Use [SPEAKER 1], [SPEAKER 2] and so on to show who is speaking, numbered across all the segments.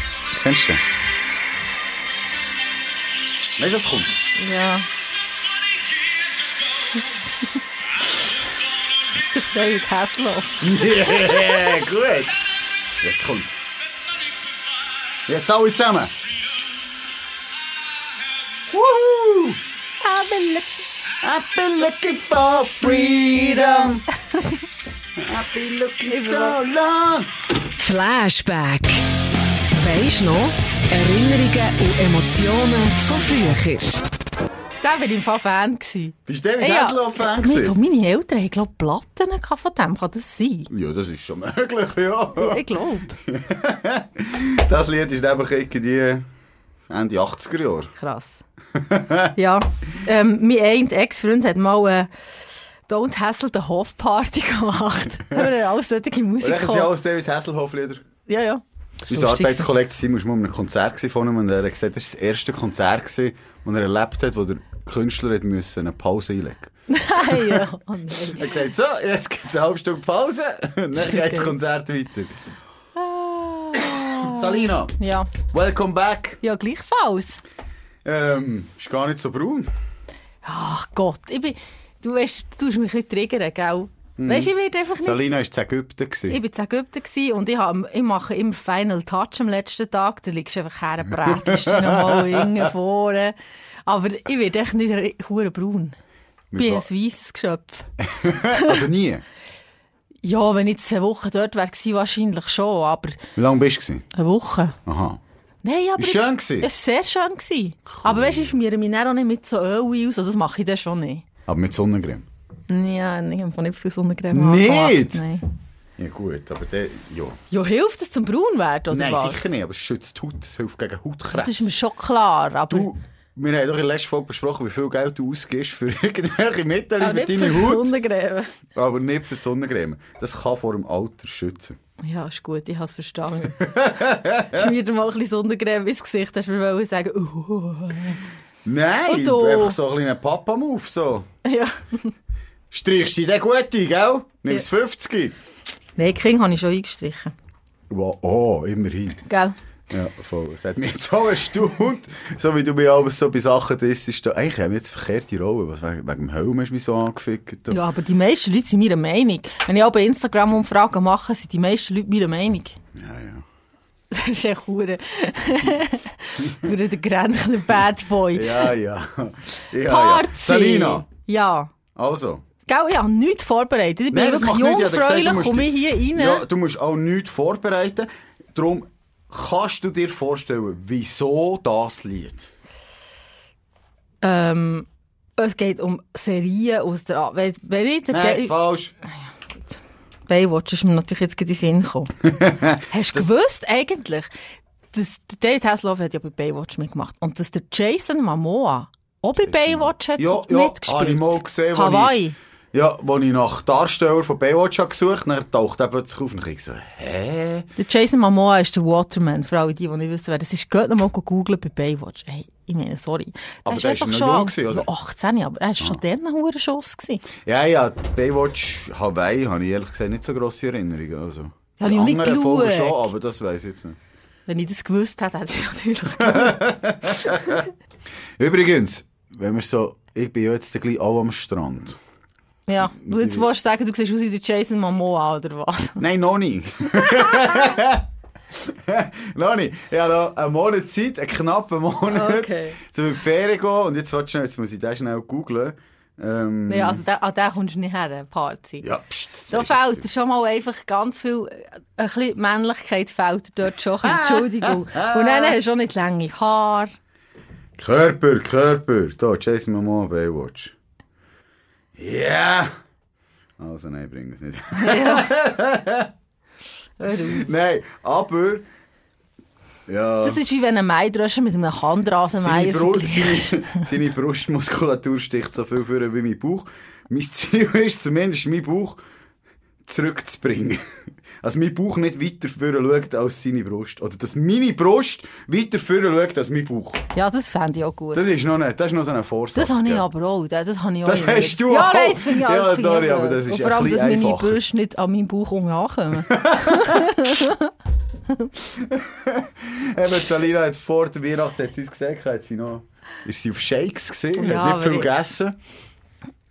[SPEAKER 1] Fenster. Welches rum?
[SPEAKER 2] Ja. There you Castle.
[SPEAKER 1] Yeah, gut. Jetzt kommt's. Jetzt alle zusammen. Woohoo!
[SPEAKER 2] I've been looking.
[SPEAKER 1] I've been looking for freedom. I've been looking so long.
[SPEAKER 3] Flashback. Weisst noch? Erinnerungen und Emotionen von früher.
[SPEAKER 2] Da war ich im Fall Fan. gewesen.
[SPEAKER 1] Bist du David Hasselhoff-Fan
[SPEAKER 2] Nicht,
[SPEAKER 1] gewesen?
[SPEAKER 2] und meine Eltern haben, glaube Platten gehabt von dem. Kann das sein?
[SPEAKER 1] Ja, das ist schon möglich, ja.
[SPEAKER 2] Ich glaube.
[SPEAKER 1] Das Lied ist eben irgendwie Ende 80er Jahre.
[SPEAKER 2] Krass. ja. Ähm, mein ein Ex-Freund hat mal eine eh, Don't Hassle the Hof Party gemacht. Haben wir alles solche
[SPEAKER 1] Und
[SPEAKER 2] Musik
[SPEAKER 1] dann sind ja alles David Hasselhoff-Lieder.
[SPEAKER 2] Ja, ja.
[SPEAKER 1] Unser Arbeitskollege Simon war mal an einem Konzert gewesen von ihm und er hat gesagt, das war das erste Konzert, gewesen, das er erlebt hat, wo der Künstler hat müssen eine Pause einlegen
[SPEAKER 2] Nein, ja. Oh, nein.
[SPEAKER 1] Er hat gesagt, so, jetzt gibt es eine halbe Stunde Pause und dann geht das Konzert weiter.
[SPEAKER 2] Oh.
[SPEAKER 1] Salina,
[SPEAKER 2] Ah. Ja.
[SPEAKER 1] welcome back.
[SPEAKER 2] Ja, gleichfalls.
[SPEAKER 1] Ähm, ist gar nicht so braun.
[SPEAKER 2] Ach Gott, ich bin, du weißt, du tust mich ein bisschen triggern, gell? Weißt du, ich werde einfach nicht.
[SPEAKER 1] Salina war in Ägypten. gewesen.
[SPEAKER 2] Ich war in Ägypten gewesen und ich, hab, ich mache immer Final Touch am letzten Tag. Da liegst du einfach her, brätelst dich nochmal hinten vorne. Aber ich werde echt nicht hure braun. Ich bin ein
[SPEAKER 1] Wieso?
[SPEAKER 2] weißes Geschöpf.
[SPEAKER 1] Also nie.
[SPEAKER 2] Ja, wenn ich zwei Wochen dort wäre, gewesen, wahrscheinlich schon, aber
[SPEAKER 1] Wie lange bist du? gewesen?
[SPEAKER 2] eine Woche.
[SPEAKER 1] Aha.
[SPEAKER 2] Nein, aber...
[SPEAKER 1] Ist
[SPEAKER 2] ich-
[SPEAKER 1] schön gewesen?
[SPEAKER 2] Es war sehr schön. Gewesen. Aber weißt du, ich schmiere mich dann auch nicht mit so Öl aus. Also Das mache ich dann schon nicht.
[SPEAKER 1] Aber mit Sonnencreme.
[SPEAKER 2] Ja, ich habe nicht viel Sonnencreme
[SPEAKER 1] Nicht?
[SPEAKER 2] angemacht, Nein.
[SPEAKER 1] Ja gut, aber der, ja.
[SPEAKER 2] Ja, hilft es zum Braun werden, oder
[SPEAKER 1] Nein,
[SPEAKER 2] Also was?
[SPEAKER 1] sicher nicht, aber es schützt die Haut, es hilft gegen Hautkrebs.
[SPEAKER 2] Das ist mir schon klar, aber...
[SPEAKER 1] Du, wir haben doch in der letzten Folge besprochen, wie viel Geld du ausgibst für irgendwelche Mittel
[SPEAKER 2] Auch
[SPEAKER 1] für
[SPEAKER 2] nicht
[SPEAKER 1] deine
[SPEAKER 2] für
[SPEAKER 1] Haut,
[SPEAKER 2] Sonnencreme.
[SPEAKER 1] aber nicht für Sonnencreme. Das kann vor dem Alter schützen.
[SPEAKER 2] Ja, ist gut, ich habe es verstanden. Schmier dir mal ein bisschen Sonnencreme ins Gesicht, hast du mir wollen sagen, uh,
[SPEAKER 1] Nein,
[SPEAKER 2] Und du?
[SPEAKER 1] einfach so ein kleiner Papa-Move. So.
[SPEAKER 2] ja.
[SPEAKER 1] Strichst du dir den guten, gell? Nimmst 50.
[SPEAKER 2] Nein, King habe ich schon eingestrichen,
[SPEAKER 1] Wow, oh, immerhin.
[SPEAKER 2] gell?
[SPEAKER 1] Ja, voll. Es hat mich jetzt so erstaunt, so wie du mir alles so bei Sachen dissest. Eigentlich haben wir jetzt verkehrte Rollen. Was, wegen wegen dem Helm hast du mich so angefickt.
[SPEAKER 2] Ja, aber die meisten Leute sind meiner Meinung. Wenn ich auch bei Instagram Umfragen mache, sind die meisten Leute meiner Meinung.
[SPEAKER 1] ja. ja.
[SPEAKER 2] Das ist echt hure, hure der grenzende Bad Boy.
[SPEAKER 1] Ja, ja. ja, ja.
[SPEAKER 2] Party!
[SPEAKER 1] Salina,
[SPEAKER 2] Ja.
[SPEAKER 1] also.
[SPEAKER 2] Gell, ich habe nichts vorbereitet. Ich bin
[SPEAKER 1] Nein, das
[SPEAKER 2] wirklich
[SPEAKER 1] macht nichts. Ich habe gesagt, du
[SPEAKER 2] jungfräulich,
[SPEAKER 1] musst
[SPEAKER 2] komme ich
[SPEAKER 1] dich-
[SPEAKER 2] hier rein.
[SPEAKER 1] Ja, du musst auch nichts vorbereiten. Darum kannst du dir vorstellen, wieso das Lied?
[SPEAKER 2] Ähm, es geht um Serien aus der... A- Wenn, wenn ich den
[SPEAKER 1] Nein,
[SPEAKER 2] Ge-
[SPEAKER 1] falsch.
[SPEAKER 2] Baywatch ist mir natürlich jetzt gerade in den Sinn gekommen. Hast du
[SPEAKER 1] Dus-
[SPEAKER 2] gewusst eigentlich, dass der David Hasselhoff hat ja bei Baywatch mitgemacht und dass der Jason Momoa auch bei Baywatch hat
[SPEAKER 1] Ja, Ah, ja,
[SPEAKER 2] mitgespielt.
[SPEAKER 1] habe ich mal gesehen, wo
[SPEAKER 2] Hawaii.
[SPEAKER 1] Ja, als ich nach Darsteller von Baywatch habe gesucht habe, taucht er plötzlich auf und ich so, hä?
[SPEAKER 2] Der Jason Momoa ist der Waterman, für alle die, die nicht wissen, wer das ist. Geht noch mal googeln bei Baywatch. Hey, ich meine, sorry. Der
[SPEAKER 1] Aber der ist noch jung gewesen, Ah. oder?
[SPEAKER 2] Ja, 18, aber er war schon dann ein hoher Schuss. gewesen.
[SPEAKER 1] Ja, ja, Baywatch Hawaii habe ich ehrlich gesagt nicht so grosse Erinnerungen. Also,
[SPEAKER 2] Habe ich auch nicht
[SPEAKER 1] anderen Folgen
[SPEAKER 2] geschaut.
[SPEAKER 1] schon, aber das weiß ich jetzt nicht.
[SPEAKER 2] Wenn ich das gewusst hätte, hätte ich natürlich...
[SPEAKER 1] Übrigens, wenn wir so, ich bin ja jetzt gleich auch am Strand.
[SPEAKER 2] ja, und jetzt willst du sagen, du siehst aus wie der Jason Momoa, oder was?
[SPEAKER 1] Nein, noch nicht. noch nicht. Ich habe noch einen Monat Zeit, einen knappen Monat,
[SPEAKER 2] Okay.
[SPEAKER 1] um in die Ferien zu gehen. Und jetzt, warte schnell, jetzt muss ich das schnell googeln. Ähm,
[SPEAKER 2] Ja, also der, an den kommst du nicht her, Party.
[SPEAKER 1] ja, pst, das
[SPEAKER 2] Da
[SPEAKER 1] ist jetzt-
[SPEAKER 2] fehlt dir schon mal einfach ganz viel, äh, ein bisschen Männlichkeit fehlt dir dort schon. ein bisschen. Entschuldigung. Und dann hast du auch nicht lange Haar.
[SPEAKER 1] Körper, Körper. Da, Jason Momoa, Baywatch. Ja! Oh, Also nein, bring es nicht.
[SPEAKER 2] Warum?
[SPEAKER 1] nein, aber... Ja...
[SPEAKER 2] Das ist wie wenn ein Maidröscher mit einem
[SPEAKER 1] Seine,
[SPEAKER 2] Handrasenmeier
[SPEAKER 1] Brust,
[SPEAKER 2] vergleicht.
[SPEAKER 1] seine, seine Brustmuskulatur sticht so viel vor wie mein Bauch. Mein Ziel ist, zumindest meinen Bauch zurückzubringen. Also mein Bauch nicht weiter vorne schaut als seine Brust. Oder dass meine Brust weiter vorne schaut als mein Bauch.
[SPEAKER 2] Ja, das fände ich auch gut. Das,
[SPEAKER 1] Das ist noch nicht, das ist noch so ein Vorsatz.
[SPEAKER 2] habe ich
[SPEAKER 1] gell?
[SPEAKER 2] aber auch. Das, das habe ich auch
[SPEAKER 1] Das
[SPEAKER 2] immer.
[SPEAKER 1] hast du
[SPEAKER 2] ja,
[SPEAKER 1] auch.
[SPEAKER 2] Nein, das finde ich auch.
[SPEAKER 1] Ja,
[SPEAKER 2] das finde ich
[SPEAKER 1] sorry,
[SPEAKER 2] auch
[SPEAKER 1] aber
[SPEAKER 2] gut.
[SPEAKER 1] das ist
[SPEAKER 2] Und
[SPEAKER 1] ein
[SPEAKER 2] vor allem, dass
[SPEAKER 1] bisschen
[SPEAKER 2] meine
[SPEAKER 1] einfacher.
[SPEAKER 2] Brüste nicht an meinem Bauch unten ankommen.
[SPEAKER 1] Eben, Salina hat vor der Weihnacht hat sie uns gesagt, hat sie noch, ist sie auf Shakes gesehen,
[SPEAKER 2] Ja,
[SPEAKER 1] hat nicht viel
[SPEAKER 2] aber ich-
[SPEAKER 1] gegessen.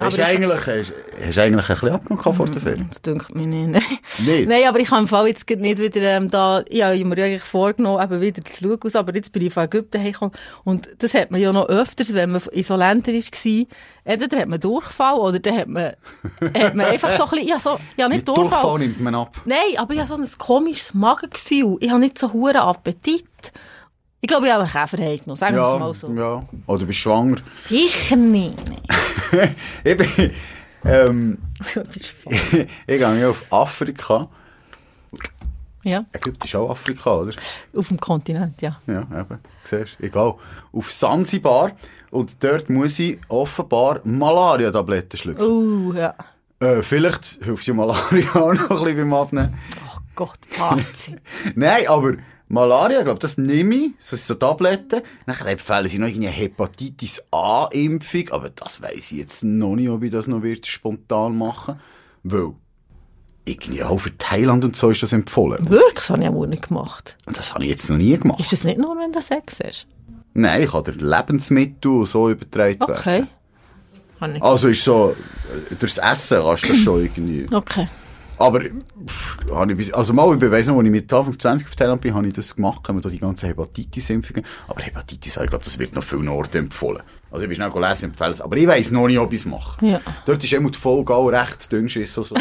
[SPEAKER 2] Aber
[SPEAKER 1] Hast du
[SPEAKER 2] ich-
[SPEAKER 1] eigentlich, hast, hast du eigentlich ein bisschen abgenommen vor der Ferien?
[SPEAKER 2] Das dünkt mich nicht. Nein.
[SPEAKER 1] Nicht?
[SPEAKER 2] Nein, aber ich kann im Fall jetzt grad nicht wieder ähm, da, ja, ich habe mir eigentlich vorgenommen, eben wieder zu schauen, aus, aber jetzt bin ich von Ägypten hergekommen. Und das hat man ja noch öfters, wenn man in so Ländern war, entweder hat man Durchfall oder dann hat man, hat man einfach so ein bisschen, ja, so, ja nicht
[SPEAKER 1] Mit Durchfall
[SPEAKER 2] Durchfall.
[SPEAKER 1] nimmt man ab.
[SPEAKER 2] Nein, aber ich habe so ein komisches Magengefühl. Ich habe nicht so hohen Appetit. Ich glaube, ich habe einen Käfer noch, sagen wir es mal so.
[SPEAKER 1] ja. Oh, Oder du bist schwanger.
[SPEAKER 2] Sicher nicht. Nein.
[SPEAKER 1] Ich bin, ähm,
[SPEAKER 2] Du bist voll.
[SPEAKER 1] ich gehe ja auf Afrika.
[SPEAKER 2] Ja,
[SPEAKER 1] Ägypten ist auch Afrika, oder?
[SPEAKER 2] auf dem Kontinent, ja.
[SPEAKER 1] Ja, eben. Siehst du, egal. Auf Sansibar. Und dort muss ich offenbar Malaria-Tabletten schlucken.
[SPEAKER 2] Uh, ja.
[SPEAKER 1] Äh, vielleicht hilft ja Malaria auch noch ein bisschen beim Abnehmen.
[SPEAKER 2] Oh Gott, Arzt.
[SPEAKER 1] Nein, aber Malaria, glaube das nehme ich. Das sind so Tabletten. Nachher empfehlen sie noch irgendeine Hepatitis A-Impfung. Aber das weiss ich jetzt noch nicht, ob ich das noch wird spontan machen Weil, irgendwie auch für Thailand und so ist das empfohlen.
[SPEAKER 2] Wirklich, das habe ich auch nicht gemacht.
[SPEAKER 1] Und das habe ich jetzt noch nie gemacht.
[SPEAKER 2] Ist das nicht nur, wenn du Sex hast?
[SPEAKER 1] Nein, ich kann dir Lebensmittel und so übertragen werden.
[SPEAKER 2] Okay. Habe ich-
[SPEAKER 1] Also ist so, äh, durchs Essen kannst du das schon irgendwie.
[SPEAKER 2] Okay.
[SPEAKER 1] Aber, pff, habe ich, bis- also mal, ich weiß noch, als ich mit Anfang 20 auf Thailand bin, habe ich das gemacht, haben wir da die ganzen Hepatitis-Impfungen. Aber Hepatitis, A, ich glaube, das wird noch vielen Orten empfohlen. Also ich bin schnell gelesen, empfehlen es. Aber ich weiß noch nicht, ob ich es mache.
[SPEAKER 2] Ja.
[SPEAKER 1] Dort ist immer die Folge auch recht dünn, ist so, so.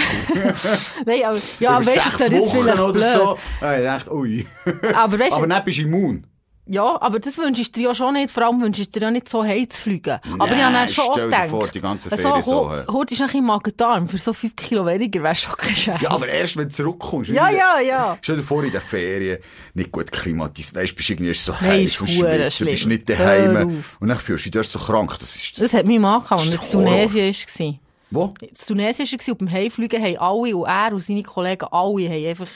[SPEAKER 2] Nein, aber, ja, aber
[SPEAKER 1] Über
[SPEAKER 2] weißt du, das
[SPEAKER 1] sechs
[SPEAKER 2] ist jetzt
[SPEAKER 1] Wochen
[SPEAKER 2] vielleicht
[SPEAKER 1] oder
[SPEAKER 2] blöd.
[SPEAKER 1] so. Ja, ich dachte, ui.
[SPEAKER 2] Aber weißt
[SPEAKER 1] Aber ne-
[SPEAKER 2] du,
[SPEAKER 1] dann bist du immun.
[SPEAKER 2] ja, aber das wünschst du dir ja schon nicht. Vor allem wünschst du dir ja nicht so heim zu fliegen. Aber ich habe dann
[SPEAKER 1] Nein,
[SPEAKER 2] schon auch
[SPEAKER 1] stell dir
[SPEAKER 2] gedacht,
[SPEAKER 1] vor, die ganze
[SPEAKER 2] so,
[SPEAKER 1] Ferien so,
[SPEAKER 2] Haut-
[SPEAKER 1] ja.
[SPEAKER 2] Haut ist ein bisschen Magen-Darm. Für so 5 Kilo weniger wärst du schon kein Scheiß.
[SPEAKER 1] Ja, aber erst wenn du zurückkommst.
[SPEAKER 2] ja,
[SPEAKER 1] Wieder-
[SPEAKER 2] ja, ja.
[SPEAKER 1] Stell dir vor, in den Ferien, nicht gut klimatisiert, weißt, bist irgendwie so
[SPEAKER 2] Nein,
[SPEAKER 1] heiß
[SPEAKER 2] ist
[SPEAKER 1] und
[SPEAKER 2] verdammt
[SPEAKER 1] schwitzt, du bist
[SPEAKER 2] schlimm.
[SPEAKER 1] nicht daheim
[SPEAKER 2] Hör auf.
[SPEAKER 1] und dann fühlst du dich dort so krank. Das ist
[SPEAKER 2] Das hat mich mal gehabt, als
[SPEAKER 1] Das
[SPEAKER 2] er
[SPEAKER 1] ist
[SPEAKER 2] in
[SPEAKER 1] der Horror.
[SPEAKER 2] Tunesien war.
[SPEAKER 1] Wo?
[SPEAKER 2] In Tunesien war, auf dem Heimfliegen haben alle und er und seine Kollegen, alle haben einfach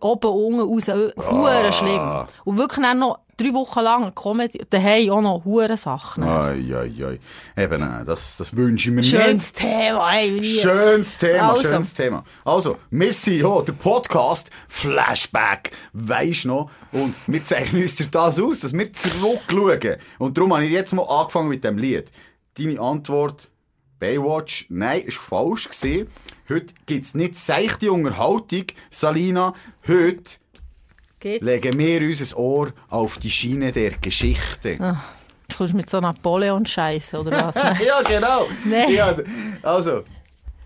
[SPEAKER 2] oben, unten, raus, hure schlimm.
[SPEAKER 1] Ah.
[SPEAKER 2] Und wirklich dann noch drei Wochen lang kommen daheim auch noch hure Sachen.
[SPEAKER 1] Ai, ai, ai. Eben, nein, das, das wünsche ich mir
[SPEAKER 2] Schönes Thema, ey.
[SPEAKER 1] nicht. Schönes Thema,
[SPEAKER 2] Also.
[SPEAKER 1] schönes Thema. Also, wir sind ja der Podcast Flashback, weisst noch. Und wir zeichnen uns durch das aus, dass wir zurückschauen. Und darum habe ich jetzt mal angefangen mit dem Lied. Deine Antwort, Baywatch, nein, ist falsch gewesen. Heute gibt es nicht seichte Unterhaltung, Salina. Heute
[SPEAKER 2] Geht's?
[SPEAKER 1] legen wir unser Ohr auf die Schiene der Geschichte.
[SPEAKER 2] Jetzt kommst du mit so Napoleon-Scheiße, oder was? Nein.
[SPEAKER 1] ja, genau.
[SPEAKER 2] Nein.
[SPEAKER 1] Ja, d- also,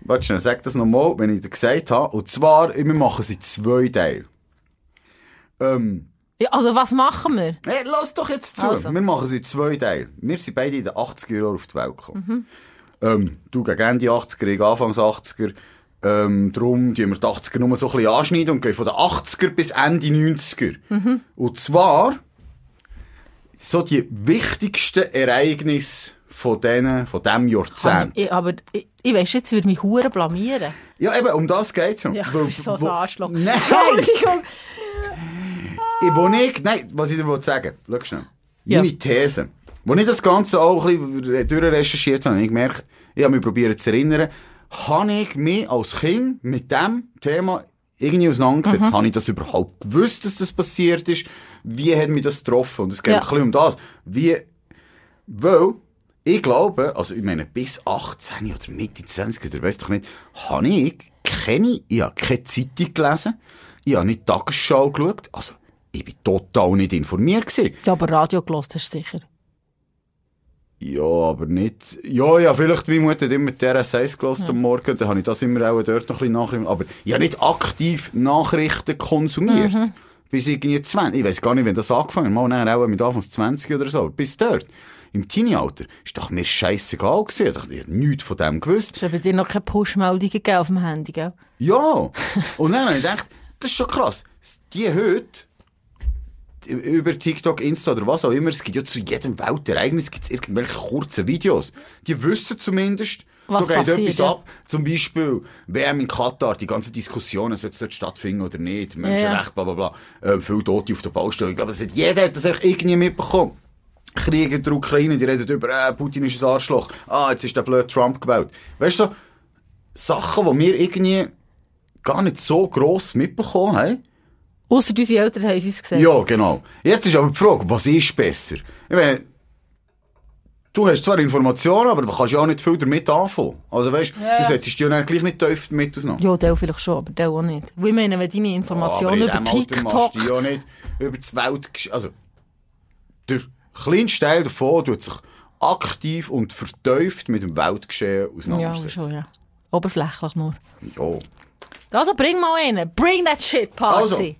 [SPEAKER 1] warte schnell, sag das nochmal, wenn ich dir gesagt habe. Und zwar, wir machen sie zwei Teile. Ähm,
[SPEAKER 2] ja, also, was machen wir?
[SPEAKER 1] hey, lass doch jetzt zu.
[SPEAKER 2] Also.
[SPEAKER 1] Wir machen sie zwei Teile. Wir sind beide in den 80er Jahren auf die Welt gekommen. Ähm, du gegen Ende 80er, ich Anfangs 80er. Ähm, darum tun wir die 80er nur so ein bisschen anschneiden und gehen von den 80er bis Ende 90er. Und zwar so die wichtigsten Ereignisse von, denen, von diesem Jahrzehnt.
[SPEAKER 2] Ich, aber ich, ich weiss, jetzt würde mich hure blamieren.
[SPEAKER 1] Ja, eben, um das geht's ja.
[SPEAKER 2] Ja,
[SPEAKER 1] Wo-
[SPEAKER 2] du bist so ein
[SPEAKER 1] wo-
[SPEAKER 2] Arschloch.
[SPEAKER 1] Nein,
[SPEAKER 2] Entschuldigung.
[SPEAKER 1] ich, wo ich, nein, was ich dir wollte sagen schau schnell.
[SPEAKER 2] Ja.
[SPEAKER 1] Meine These. Als ich das Ganze auch ein bisschen durchrecherchiert habe, habe ich gemerkt, ich habe mich probiert zu erinnern, habe ich mich als Kind mit dem Thema irgendwie auseinandergesetzt? Habe ich das überhaupt gewusst, dass das passiert ist? Wie hat mich das getroffen? Und es geht
[SPEAKER 2] Ja.
[SPEAKER 1] ein bisschen um das. Wie, weil, ich glaube, also ich meine, bis 18 oder Mitte 20 oder weiss doch nicht, habe ich keine, ich habe keine Zeitung gelesen, ich habe nicht Tagesschau geschaut, also ich bin total nicht informiert gewesen.
[SPEAKER 2] Ja, aber Radio gelost hast du sicher.
[SPEAKER 1] Ja, aber nicht, ja, ja, vielleicht, meine Mutter hat immer die RSS gelesen am Morgen, dann habe ich das immer auch dort noch ein bisschen nachrichten, aber ich habe nicht aktiv Nachrichten konsumiert. Bis irgendwie 20, ich weiss gar nicht, wenn das angefangen hat, mal nachher auch mit Anfangs 20 oder so, bis dort. Im Teenie-Alter ist doch mir scheissegal gewesen, ich dachte, ich habe nichts von dem gewusst.
[SPEAKER 2] Es hat bei dir noch keine Push-Meldungen gegeben auf dem Handy, gell?
[SPEAKER 1] Ja! Und dann habe ich gedacht, das ist schon krass. Die heute, über TikTok, Insta oder was auch immer, es gibt ja zu jedem Weltereignis gibt's irgendwelche kurzen Videos. Die wissen zumindest,
[SPEAKER 2] Was
[SPEAKER 1] da geht
[SPEAKER 2] passiert,
[SPEAKER 1] etwas
[SPEAKER 2] ja.
[SPEAKER 1] ab. Zum Beispiel WM in Katar, die ganzen Diskussionen, soll es dort stattfinden oder nicht, Menschenrecht, bla bla bla, äh, viele Tote auf der Baustelle. Ich glaube, das hat, jeder hat das einfach irgendwie mitbekommen. Krieg in der Ukraine, die reden über, äh, Putin ist ein Arschloch, ah, jetzt ist der blöde Trump gewählt. Weißt du, so, Sachen, die wir irgendwie gar nicht so gross mitbekommen haben.
[SPEAKER 2] Ausser unsere Eltern haben es uns gesagt.
[SPEAKER 1] Ja, genau. Jetzt ist aber die Frage, was ist besser? Ich meine, du hast zwar Informationen, aber du kannst ja auch nicht viel damit anfangen. Also weißt,
[SPEAKER 2] Ja.
[SPEAKER 1] du setzt dich ja dann gleich nicht tief damit auseinander.
[SPEAKER 2] Ja, der vielleicht schon, aber der auch nicht. Weil ich meine, wenn deine Informationen
[SPEAKER 1] Aber in
[SPEAKER 2] über
[SPEAKER 1] dem Alter
[SPEAKER 2] TikTok...
[SPEAKER 1] machst du dich ja nicht über die Welt... gesch- Also, der kleinste Teil davon tut sich aktiv und vertieft mit dem Weltgeschehen
[SPEAKER 2] Ja, halt-
[SPEAKER 1] auseinandersetzen.
[SPEAKER 2] schon, ja. Oberflächlich nur.
[SPEAKER 1] ja.
[SPEAKER 2] Also bring mal einen. Bring that shit, Party.
[SPEAKER 1] Also,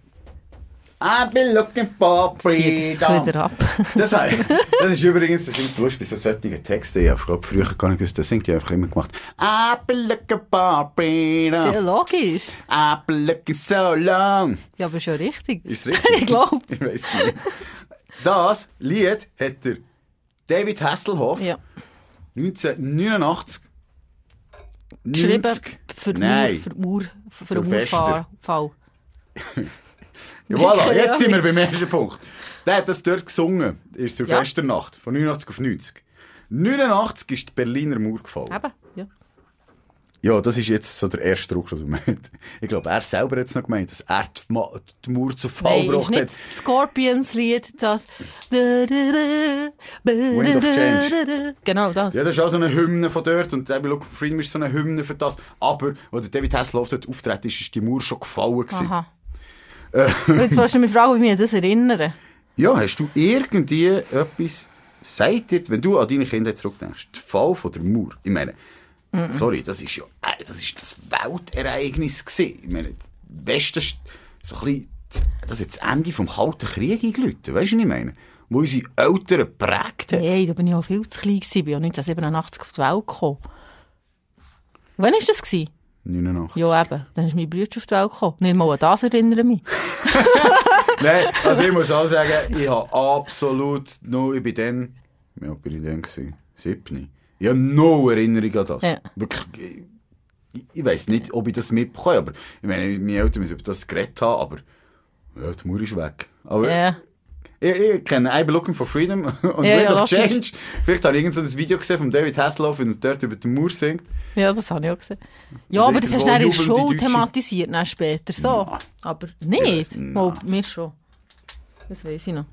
[SPEAKER 1] I've been looking for
[SPEAKER 2] Zieht es
[SPEAKER 1] freedom.
[SPEAKER 2] wieder ab.
[SPEAKER 1] Das, heißt, das ist übrigens, das ist lustig bei so solchen Texten. Ich habe früher gar nicht gewusst, das singt ich einfach immer gemacht. I've been looking for
[SPEAKER 2] Ja,
[SPEAKER 1] freedom.
[SPEAKER 2] logisch.
[SPEAKER 1] I've been looking so long.
[SPEAKER 2] Ja, aber schon richtig.
[SPEAKER 1] Ist es richtig?
[SPEAKER 2] Ich glaub.
[SPEAKER 1] Ich weiß nicht. Das Lied hat der David Hasselhoff
[SPEAKER 2] Ja.
[SPEAKER 1] 1989
[SPEAKER 2] Geschrieben
[SPEAKER 1] 90
[SPEAKER 2] für
[SPEAKER 1] Nein.
[SPEAKER 2] Ur, für Ur, für, für
[SPEAKER 1] Silvester.
[SPEAKER 2] Urfall.
[SPEAKER 1] Ja, voilà,
[SPEAKER 2] Keine
[SPEAKER 1] jetzt sind wir
[SPEAKER 2] Ahnung.
[SPEAKER 1] beim ersten Punkt. Der hat das dort gesungen, in der Silvesternacht, von 89 auf 90. 89 ist die Berliner Mauer gefallen.
[SPEAKER 2] Eben, ja.
[SPEAKER 1] Ja, das ist jetzt so der erste Druck, was man hat. Ich glaube, er selber hat es noch gemeint, dass er die, Ma die Mauer zu Fall
[SPEAKER 2] Nein, ist
[SPEAKER 1] gebracht
[SPEAKER 2] nicht
[SPEAKER 1] hat.
[SPEAKER 2] das Scorpions-Lied, das... Wind
[SPEAKER 1] of Change.
[SPEAKER 2] Genau, das.
[SPEAKER 1] Ja, das ist auch so eine Hymne von dort und Abby Look Freedom ist so eine Hymne für das. Aber, als der David Hasselhoff dort auftreten ist, ist die Mauer schon gefallen gewesen.
[SPEAKER 2] Aha.
[SPEAKER 1] Eh.
[SPEAKER 2] Jetzt willst du mich fragen, wie ich mich an das erinnere.
[SPEAKER 1] Ja, hast du irgendwie etwas, seit dir, wenn du an deine Kinder zurückdenkst, der Fall von der Mauer, ich meine, sorry, das ist ja, äh, das ist das Weltereignis gewesen. Ich meine, Westen, ist so ein bisschen, das hat das Ende vom Kalten Krieg eingeläutet, weißt du, was ich meine? Wo unsere Eltern geprägt hat.
[SPEAKER 2] Nein, da bin ich auch viel zu klein gewesen. Ich bin ja 1987 auf die Welt gekommen. Wann war das? Gewesen?
[SPEAKER 1] 89.
[SPEAKER 2] Ja, eben. Dann ist mein Bruder auf die Welt gekommen. Nicht mal an das erinnere ich mich.
[SPEAKER 1] Nein, also ich muss auch sagen, ich habe absolut no, ich bin dann, ja, bin ich dann gewesen, siebni. Ich habe no Erinnerung an das.
[SPEAKER 2] Ja.
[SPEAKER 1] Wirklich, ich, ich weiss nicht, ob ich das mitbekomme, aber ich meine, meine Eltern müssen über das geredet haben, aber ja, die Mauer ist weg. Aber
[SPEAKER 2] Ja.
[SPEAKER 1] ich, ich kenne «I'm Looking for Freedom» und
[SPEAKER 2] Ja,
[SPEAKER 1] «Wind
[SPEAKER 2] ja,
[SPEAKER 1] of
[SPEAKER 2] logisch.
[SPEAKER 1] Change». Vielleicht habe ich irgend so ein Video gesehen von David Hasselhoff, wie er dort über die Mauer singt.
[SPEAKER 2] ja, das habe ich auch gesehen. Ja,
[SPEAKER 1] Und
[SPEAKER 2] aber das hast
[SPEAKER 1] irgendwo
[SPEAKER 2] du dann in der
[SPEAKER 1] jubeln die
[SPEAKER 2] Schule
[SPEAKER 1] Deutschen.
[SPEAKER 2] thematisiert, dann später so.
[SPEAKER 1] Nein.
[SPEAKER 2] Aber
[SPEAKER 1] Jetzt,
[SPEAKER 2] nicht.
[SPEAKER 1] nein.
[SPEAKER 2] Mal, mir schon. Das weiß ich noch.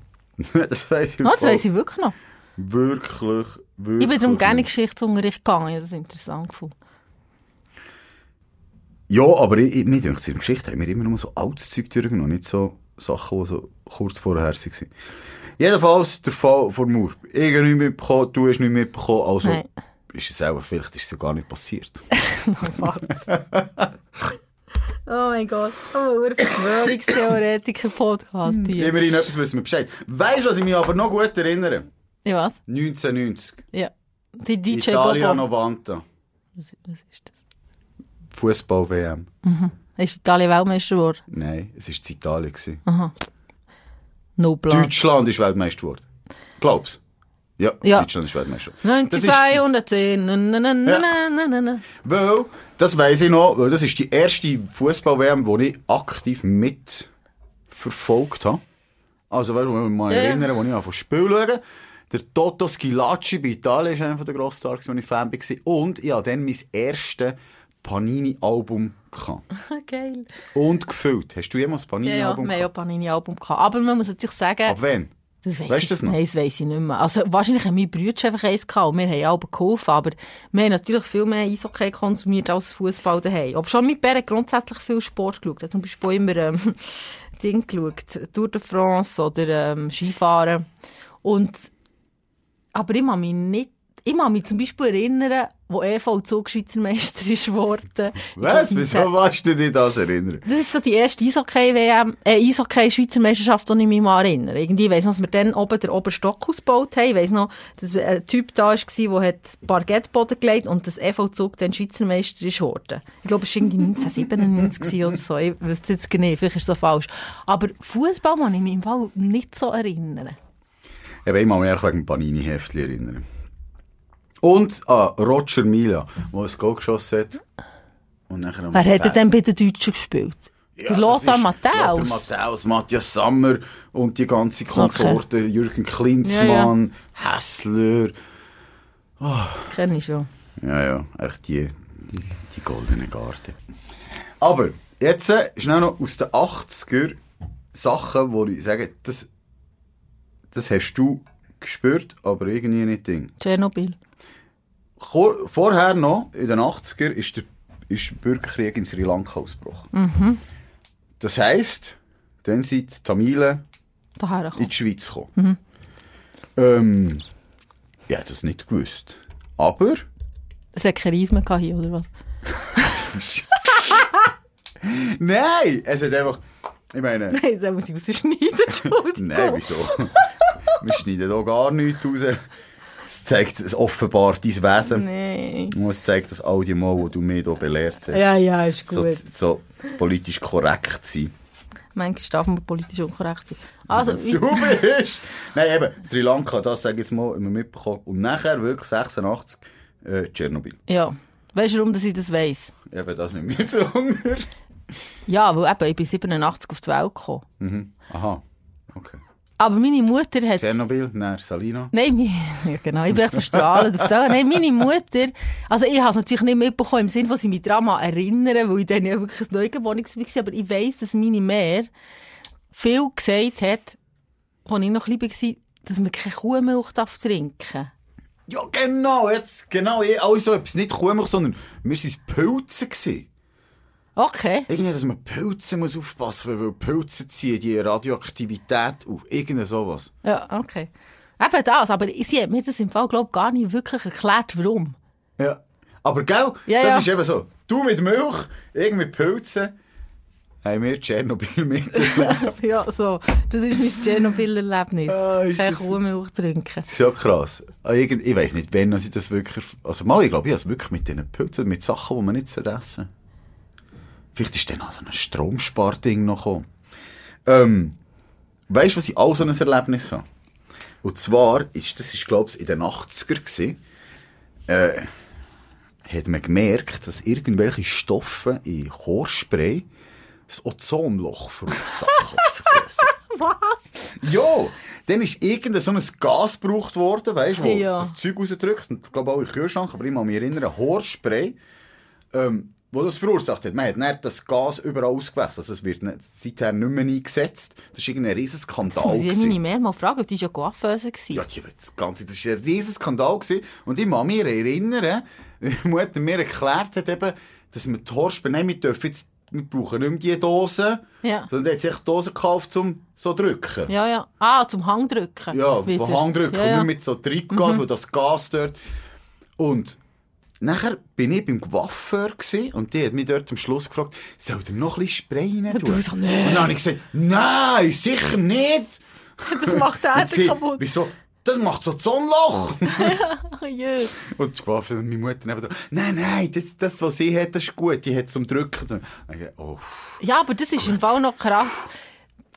[SPEAKER 1] das weiss ich, im
[SPEAKER 2] Ja, das
[SPEAKER 1] Fall.
[SPEAKER 2] weiß ich wirklich noch.
[SPEAKER 1] Wirklich, wirklich.
[SPEAKER 2] Ich bin darum gerne in
[SPEAKER 1] nicht.
[SPEAKER 2] Geschichtsunterricht gegangen. Ich habe das interessant gefunden.
[SPEAKER 1] Ja, aber ich, ich, mir denkt, in der Geschichte haben wir immer nur so altes Zeug durchgenommen, nicht so Sachen, die so kurz vorher waren. Jedenfalls der Fall von Mur. Ich habe nicht mitbekommen, du hast nicht mitbekommen, also
[SPEAKER 2] Nein.
[SPEAKER 1] ist es selber, vielleicht ist es ja gar nicht passiert.
[SPEAKER 2] Oh mein Gott. Oh, ein Verschwörungstheoretiker-Podcast hier.
[SPEAKER 1] Immerhin etwas wissen wir Bescheid. Weißt du, was ich mich aber noch gut erinnere?
[SPEAKER 2] Ja, was?
[SPEAKER 1] 1990.
[SPEAKER 2] Ja. Die DJ
[SPEAKER 1] Italia
[SPEAKER 2] Bobo.
[SPEAKER 1] Novanta.
[SPEAKER 2] Was was ist das?
[SPEAKER 1] Fußball-WM.
[SPEAKER 2] Ist Italien Weltmeister geworden?
[SPEAKER 1] Nein, es war in Italien. gewesen.
[SPEAKER 2] No plan.
[SPEAKER 1] Deutschland ist Weltmeister geworden. Glaubst du? Ja,
[SPEAKER 2] Ja.
[SPEAKER 1] Deutschland ist Weltmeister. Das ist-
[SPEAKER 2] 9210. Na, na, na, na, na, na, na.
[SPEAKER 1] Weil, das weiss ich noch, weil das ist die erste Fußball-WM, die ich aktiv mitverfolgt habe. Also, weißt du, wenn ich mich mal
[SPEAKER 2] Ja, ja.
[SPEAKER 1] erinnere, als ich anfange Spiel schaue. Der Toto Schilacci bei Italien war einer der Grossstars, wo ich Fan war. Und ich hatte dann mein erstes Panini-Album. gehabt.
[SPEAKER 2] Geil.
[SPEAKER 1] Und gefüllt. Hast du jemals ein
[SPEAKER 2] Ja, ja,
[SPEAKER 1] Panini-Album
[SPEAKER 2] wir haben ja
[SPEAKER 1] gehabt?
[SPEAKER 2] Panini-Album gehabt. Aber man muss natürlich sagen,
[SPEAKER 1] Ab wann?
[SPEAKER 2] das weiss
[SPEAKER 1] Weißt
[SPEAKER 2] ich,
[SPEAKER 1] du das noch?
[SPEAKER 2] Nein, das weiss ich nicht mehr. Also, wahrscheinlich haben meine Brüder einfach eins gehabt und wir haben Alben geholfen, aber wir haben natürlich viel mehr Eishockey konsumiert als Fußball daheim. Aber schon mit Bären grundsätzlich viel Sport geschaut. Er hat Zum Beispiel immer ähm, Ding geschaut, Tour de France oder ähm, Skifahren. Und, aber ich kann mich nicht ich kann mich zum Beispiel erinnern, wo E EV Zugschweizer Meister ist geworden.
[SPEAKER 1] Was?
[SPEAKER 2] Ich glaub,
[SPEAKER 1] Wieso warst du dich das erinnern?
[SPEAKER 2] Das ist so die erste Eishockey-WM, äh, Eishockey-Schweizer Meisterschaft, die ich mich mal erinnere. Irgendwie, ich weiss noch, dass wir dann oben den Oberstock ausgebaut haben. Ich weiss noch, dass ein Typ da war, der hat Parkettboden gelegt und das EV-Zug dann Schweizer Meister ist geworden. Ich glaube, es war irgendwie 1997 gewesen oder so. Ich wüsste es jetzt gar nicht, vielleicht ist es so falsch. Aber Fußball kann ich mich im Fall nicht so erinnern.
[SPEAKER 1] Eben, ich kann mich auch wegen dem Panini-Heftchen erinnern. Und an Roger Mila, der ein Goal geschossen hat. Und nachher am
[SPEAKER 2] Wer hat denn
[SPEAKER 1] Fernseher-
[SPEAKER 2] dann bei den Deutschen gespielt?
[SPEAKER 1] Ja,
[SPEAKER 2] der
[SPEAKER 1] das
[SPEAKER 2] Lothar
[SPEAKER 1] ist Lothar
[SPEAKER 2] Matthäus?
[SPEAKER 1] Matthäus, Matthias Sammer und die ganze Konsorte. Jürgen Klinsmann, Hässler.
[SPEAKER 2] Kenn ich schon.
[SPEAKER 1] Ja, ja, echt die, die, die goldene Garde. Aber jetzt äh, schnell noch aus den 80er Sachen, wo ich sage, das, das hast du gespürt, aber irgendwie nicht Ding.
[SPEAKER 2] Tschernobyl.
[SPEAKER 1] Ko- Vorher noch, in den 80er, ist der, ist der Bürgerkrieg in Sri Lanka ausgebrochen.
[SPEAKER 2] Mhm.
[SPEAKER 1] Das heisst, dann sind die Tamilen
[SPEAKER 2] Daher
[SPEAKER 1] in
[SPEAKER 2] gekommen.
[SPEAKER 1] die Schweiz gekommen.
[SPEAKER 2] Mhm.
[SPEAKER 1] Ähm, ich hätte das nicht gewusst. Aber...
[SPEAKER 2] Es hat kein Reis mehr gehabt hier, oder was?
[SPEAKER 1] Nein! Es hat einfach... Ich meine...
[SPEAKER 2] Nein, da muss ich rausschneiden, Entschuldigung.
[SPEAKER 1] Nein, wieso? Wir schneiden hier gar nichts raus. Es zeigt es offenbar dein Wesen.
[SPEAKER 2] Nein.
[SPEAKER 1] Und es zeigt das all die Mal, wo du mich hier belehrt hast.
[SPEAKER 2] Ja, ja, ist
[SPEAKER 1] so,
[SPEAKER 2] gut.
[SPEAKER 1] so politisch korrekt sein.
[SPEAKER 2] Manchmal darf man politisch unkorrekt sein. Also,
[SPEAKER 1] Dass
[SPEAKER 2] wie-
[SPEAKER 1] du bist! Nein, eben, Sri Lanka, das sage ich jetzt mal, immer mitbekommen. Und nachher wirklich 86, äh, Tschernobyl.
[SPEAKER 2] ja. Weißt du, warum dass ich das weiss?
[SPEAKER 1] Eben, das nimmt mir zu Hunger.
[SPEAKER 2] Ja, weil eben, ich bin 87 auf die Welt gekommen.
[SPEAKER 1] Aha, okay.
[SPEAKER 2] Aber meine Mutter hat
[SPEAKER 1] Tschernobyl, nein, Salina.
[SPEAKER 2] Nein, mi- ja, genau, ich bin echt verstrahlt auf das. Nein, meine Mutter, also ich habe es natürlich nicht mitbekommen, im Sinne, von sie mich daran mal erinnern, weil ich dann ja wirklich ein Neugeborenes war, aber ich weiss, dass meine Mär viel gesagt hat, als ich noch klein war, dass man keine Kuhmilch darf trinken
[SPEAKER 1] Ja, genau, jetzt, genau, ich, alles so etwas nicht komisch, sondern wir waren Pilze. Gewesen.
[SPEAKER 2] Okay.
[SPEAKER 1] Irgendwie, dass man Pilze muss aufpassen muss, weil Pilze ziehen die Radioaktivität auf. Irgend sowas.
[SPEAKER 2] Ja, okay. Eben das, aber sie hat mir das im Fall, glaube ich, gar nicht wirklich erklärt, warum.
[SPEAKER 1] Ja. Aber gell,
[SPEAKER 2] Ja,
[SPEAKER 1] das
[SPEAKER 2] ja.
[SPEAKER 1] ist eben so. Du mit Milch, ich mit Pilzen, haben wir Tschernobyl miterlebt.
[SPEAKER 2] Ja, so. Das ist mein Tschernobyl-Erlebnis.
[SPEAKER 1] Ah, ist
[SPEAKER 2] keine
[SPEAKER 1] das-
[SPEAKER 2] Kuhmilch trinken.
[SPEAKER 1] Das ist ja krass. Ah, irgend- Ich weiss nicht, wenn ich das wirklich... Also mal, ich glaube, ich habe es wirklich mit diesen Pilzen, mit Sachen, die man nicht essen sollte. Vielleicht ist dann auch so ein Stromsparding noch gekommen. Ähm, weißt du, was ich auch so ein Erlebnis habe? Und zwar, ist, das war glaube ich in den 80er, gewesen, äh, hat man gemerkt, dass irgendwelche Stoffe in Chorspray das Ozonloch verursachen.
[SPEAKER 2] Was?
[SPEAKER 1] Ja, dann ist irgendein so ein Gas gebraucht worden, weißt du, wo
[SPEAKER 2] Ja.
[SPEAKER 1] das Zeug rausdrückt. Und ich glaube auch in den Kühlschrank, aber ich kann mich erinnern, Horspray, ähm, wo das verursacht hat. Man hat dann das Gas überall ausgewässt. Also es wird nicht, seither nicht mehr eingesetzt. Das war irgendein riesen Skandal.
[SPEAKER 2] Das muss ich
[SPEAKER 1] gewesen.
[SPEAKER 2] meine Mär mal fragen, weil die war ja Coiffeuse. gewesen.
[SPEAKER 1] Ja, die, das Ganze, das war ein riesen Skandal. Gewesen. Und ich kann mich erinnern, wie die Mutter mir erklärt hat, eben, dass wir die Horspray, nein, wir dürfen jetzt, wir brauchen nicht mehr die Dosen,
[SPEAKER 2] Ja.
[SPEAKER 1] sondern hat sich Dosen gekauft, um so zu drücken.
[SPEAKER 2] Ja, ja. Ah, zum Hang drücken.
[SPEAKER 1] Ja,
[SPEAKER 2] Wieder.
[SPEAKER 1] von Hang drücken.
[SPEAKER 2] Ja, ja. Mhm.
[SPEAKER 1] Nicht mit so Treibgas, wo das Gas dort. Und nachher bin ich beim Coiffeur gsi und die hat mich dort am Schluss gefragt, soll ich noch ein bisschen Spray rein
[SPEAKER 2] Und du
[SPEAKER 1] tun?
[SPEAKER 2] so, «Nee.»
[SPEAKER 1] Und dann habe ich gesagt, nein, sicher nicht.
[SPEAKER 2] Das macht den
[SPEAKER 1] Und sie,
[SPEAKER 2] Erde kaputt.
[SPEAKER 1] Wieso? Das macht so ein Sonnenloch.
[SPEAKER 2] Oh, yeah.
[SPEAKER 1] und die Coiffeur, meine Mutter neben dran, nein, nein, das, das, was sie hat, das ist gut, die hat zum Drücken. Und ich dachte, oh,
[SPEAKER 2] Ja, aber das ist im Fall noch krass.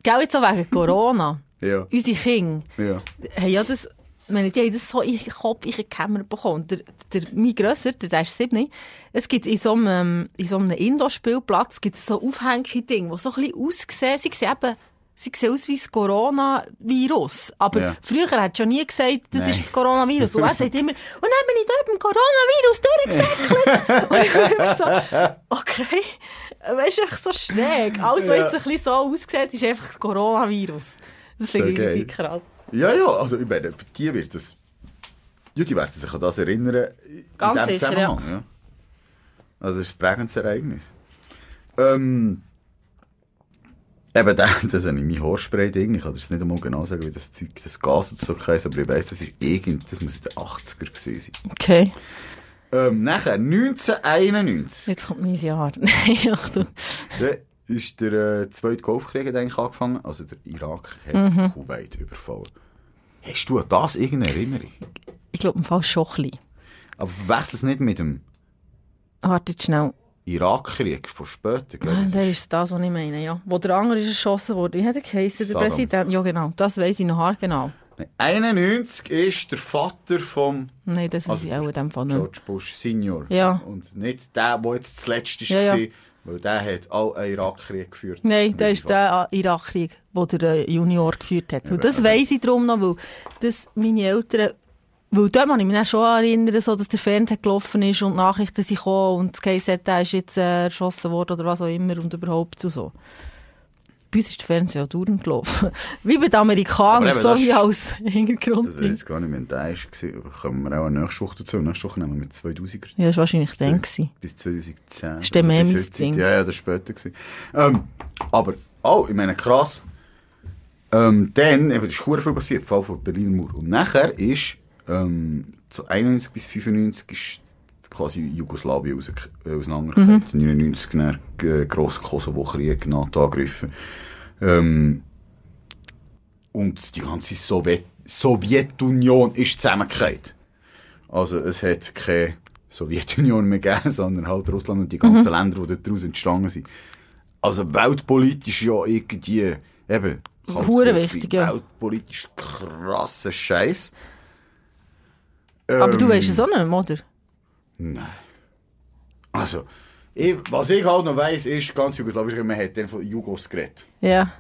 [SPEAKER 2] Gell, jetzt auch wegen Corona.
[SPEAKER 1] ja,
[SPEAKER 2] Unsere Kinder
[SPEAKER 1] ja.
[SPEAKER 2] haben ja das, ich meine, die haben das so in den Kopf, in den Kämmer bekommen. Und Der, der, mein Grösser, der, der ist sieben, es gibt in so einem, ähm, in so einem Indoor-Spielplatz gibt's so aufhängige Dinge, die so ein bisschen aussehen, sie sehen eben, sie sehen aus wie das Coronavirus. Aber
[SPEAKER 1] Ja.
[SPEAKER 2] früher hat schon nie gesagt, das
[SPEAKER 1] Nein.
[SPEAKER 2] ist das Coronavirus. Und er sagt immer, "Oh und dann bin ich dort mit dem Coronavirus durchgesäckelt. und ich bin immer so, okay, weißt du, echt so schräg. Alles,
[SPEAKER 1] Ja.
[SPEAKER 2] was jetzt ein bisschen so aussieht, ist einfach das Coronavirus. Das finde ich
[SPEAKER 1] geil.
[SPEAKER 2] richtig krass.
[SPEAKER 1] Ja, ja, also ich meine, die wird das. Ja, die werden sich an das erinnern.
[SPEAKER 2] Ganz
[SPEAKER 1] in dem
[SPEAKER 2] sicher,
[SPEAKER 1] Zusammenhang, ja. Also, das ist ein prägendes Ereignis. Ähm. Eben, das, das habe ich mein Haarspray-Ding. Ich kann das nicht einmal genau sagen, wie das Zeug, das Gas und so heisst, aber ich weiss, das ist irgend, das muss in den 80er gewesen sein.
[SPEAKER 2] Okay.
[SPEAKER 1] Ähm, nachher, 1991.
[SPEAKER 2] Jetzt kommt mein Jahr. Nein, Achtung.
[SPEAKER 1] Dann ist der äh, zweite Golfkrieg hat eigentlich angefangen. Also, der Irak hat
[SPEAKER 2] Mhm.
[SPEAKER 1] Kuwait überfallen. Hast du an das irgendeine Erinnerung?
[SPEAKER 2] Ich glaube, im Fall schon ein bisschen.
[SPEAKER 1] Aber verwechselst es nicht mit dem
[SPEAKER 2] Wartet schnell.
[SPEAKER 1] Irakkrieg von später,
[SPEAKER 2] Ah,
[SPEAKER 1] glaube ich.
[SPEAKER 2] Das ist das, was ich meine, ja. Wo der andere ist erschossen wurde. Wie hat er geheissen, der
[SPEAKER 1] Saddam.
[SPEAKER 2] Präsident? Ja, genau. Das weiss ich noch haargenau.
[SPEAKER 1] 91 ist der Vater von
[SPEAKER 2] Nein, das weiß
[SPEAKER 1] Also,
[SPEAKER 2] ich auch in dem Fall nicht.
[SPEAKER 1] George Bush Senior.
[SPEAKER 2] Ja.
[SPEAKER 1] Und nicht der, der jetzt das Letzte
[SPEAKER 2] Ja, ja.
[SPEAKER 1] war, weil der hat auch einen Irakkrieg geführt.
[SPEAKER 2] Nein, das
[SPEAKER 1] Mein
[SPEAKER 2] ist der äh, Irakkrieg, den der äh, Junior geführt hat. Und das weiss ich darum noch, weil das meine Eltern... Weil dort kann ich mich dann schon erinnern, so, dass der Fernseher gelaufen ist und Nachrichten sind gekommen und das Case hat, der ist jetzt äh, erschossen worden oder was auch immer und überhaupt und so. bei uns ist der Fernseher auch dauernd gelaufen. Wie bei den Amerikanern,
[SPEAKER 1] Aber eben,
[SPEAKER 2] so
[SPEAKER 1] das
[SPEAKER 2] wie
[SPEAKER 1] ist- Äh,
[SPEAKER 2] als
[SPEAKER 1] Das weiß
[SPEAKER 2] Hintergrund.
[SPEAKER 1] ich gar nicht, wenn der ist. gewesen, aber Kommen wir auch nächste Woche dazu. Nächste Woche nehmen wir 2000er.
[SPEAKER 2] Ja, das war wahrscheinlich dann. gewesen.
[SPEAKER 1] Bis 2010.
[SPEAKER 2] Ist dann mehr
[SPEAKER 1] bis
[SPEAKER 2] mein
[SPEAKER 1] heute.
[SPEAKER 2] Ding.
[SPEAKER 1] Ja, ja, das war später. gewesen. Ähm, aber, oh, ich meine, krass. Ähm, dann, eben, das ist verdammt viel passiert, Fall von Berliner Mauer. Und nachher ist, ähm, zu 91 bis 95 ist quasi Jugoslawien aus, äh, auseinandergekommen.
[SPEAKER 2] Mhm.
[SPEAKER 1] 99 dann, äh, grosser Kosovo-Krieg, NATO angegriffen. Ähm, und die ganze Sowjet Sowjetunion ist zusammengekehrt. Also es hat keine Sowjetunion mehr gegeben, sondern halt Russland und die
[SPEAKER 2] Mhm.
[SPEAKER 1] ganzen Länder, die daraus entstanden sind. Also weltpolitisch ja irgendwie eben halt
[SPEAKER 2] Hure
[SPEAKER 1] so
[SPEAKER 2] wichtig,
[SPEAKER 1] viel
[SPEAKER 2] ja.
[SPEAKER 1] weltpolitisch krasser Scheiß. äh,
[SPEAKER 2] Aber du weißt
[SPEAKER 1] ähm,
[SPEAKER 2] es auch nicht, oder?
[SPEAKER 1] Also ich, was ich halt noch weiss, ist ganz jugoslawisch, man hat dann von Jugos geredet.
[SPEAKER 2] Ja.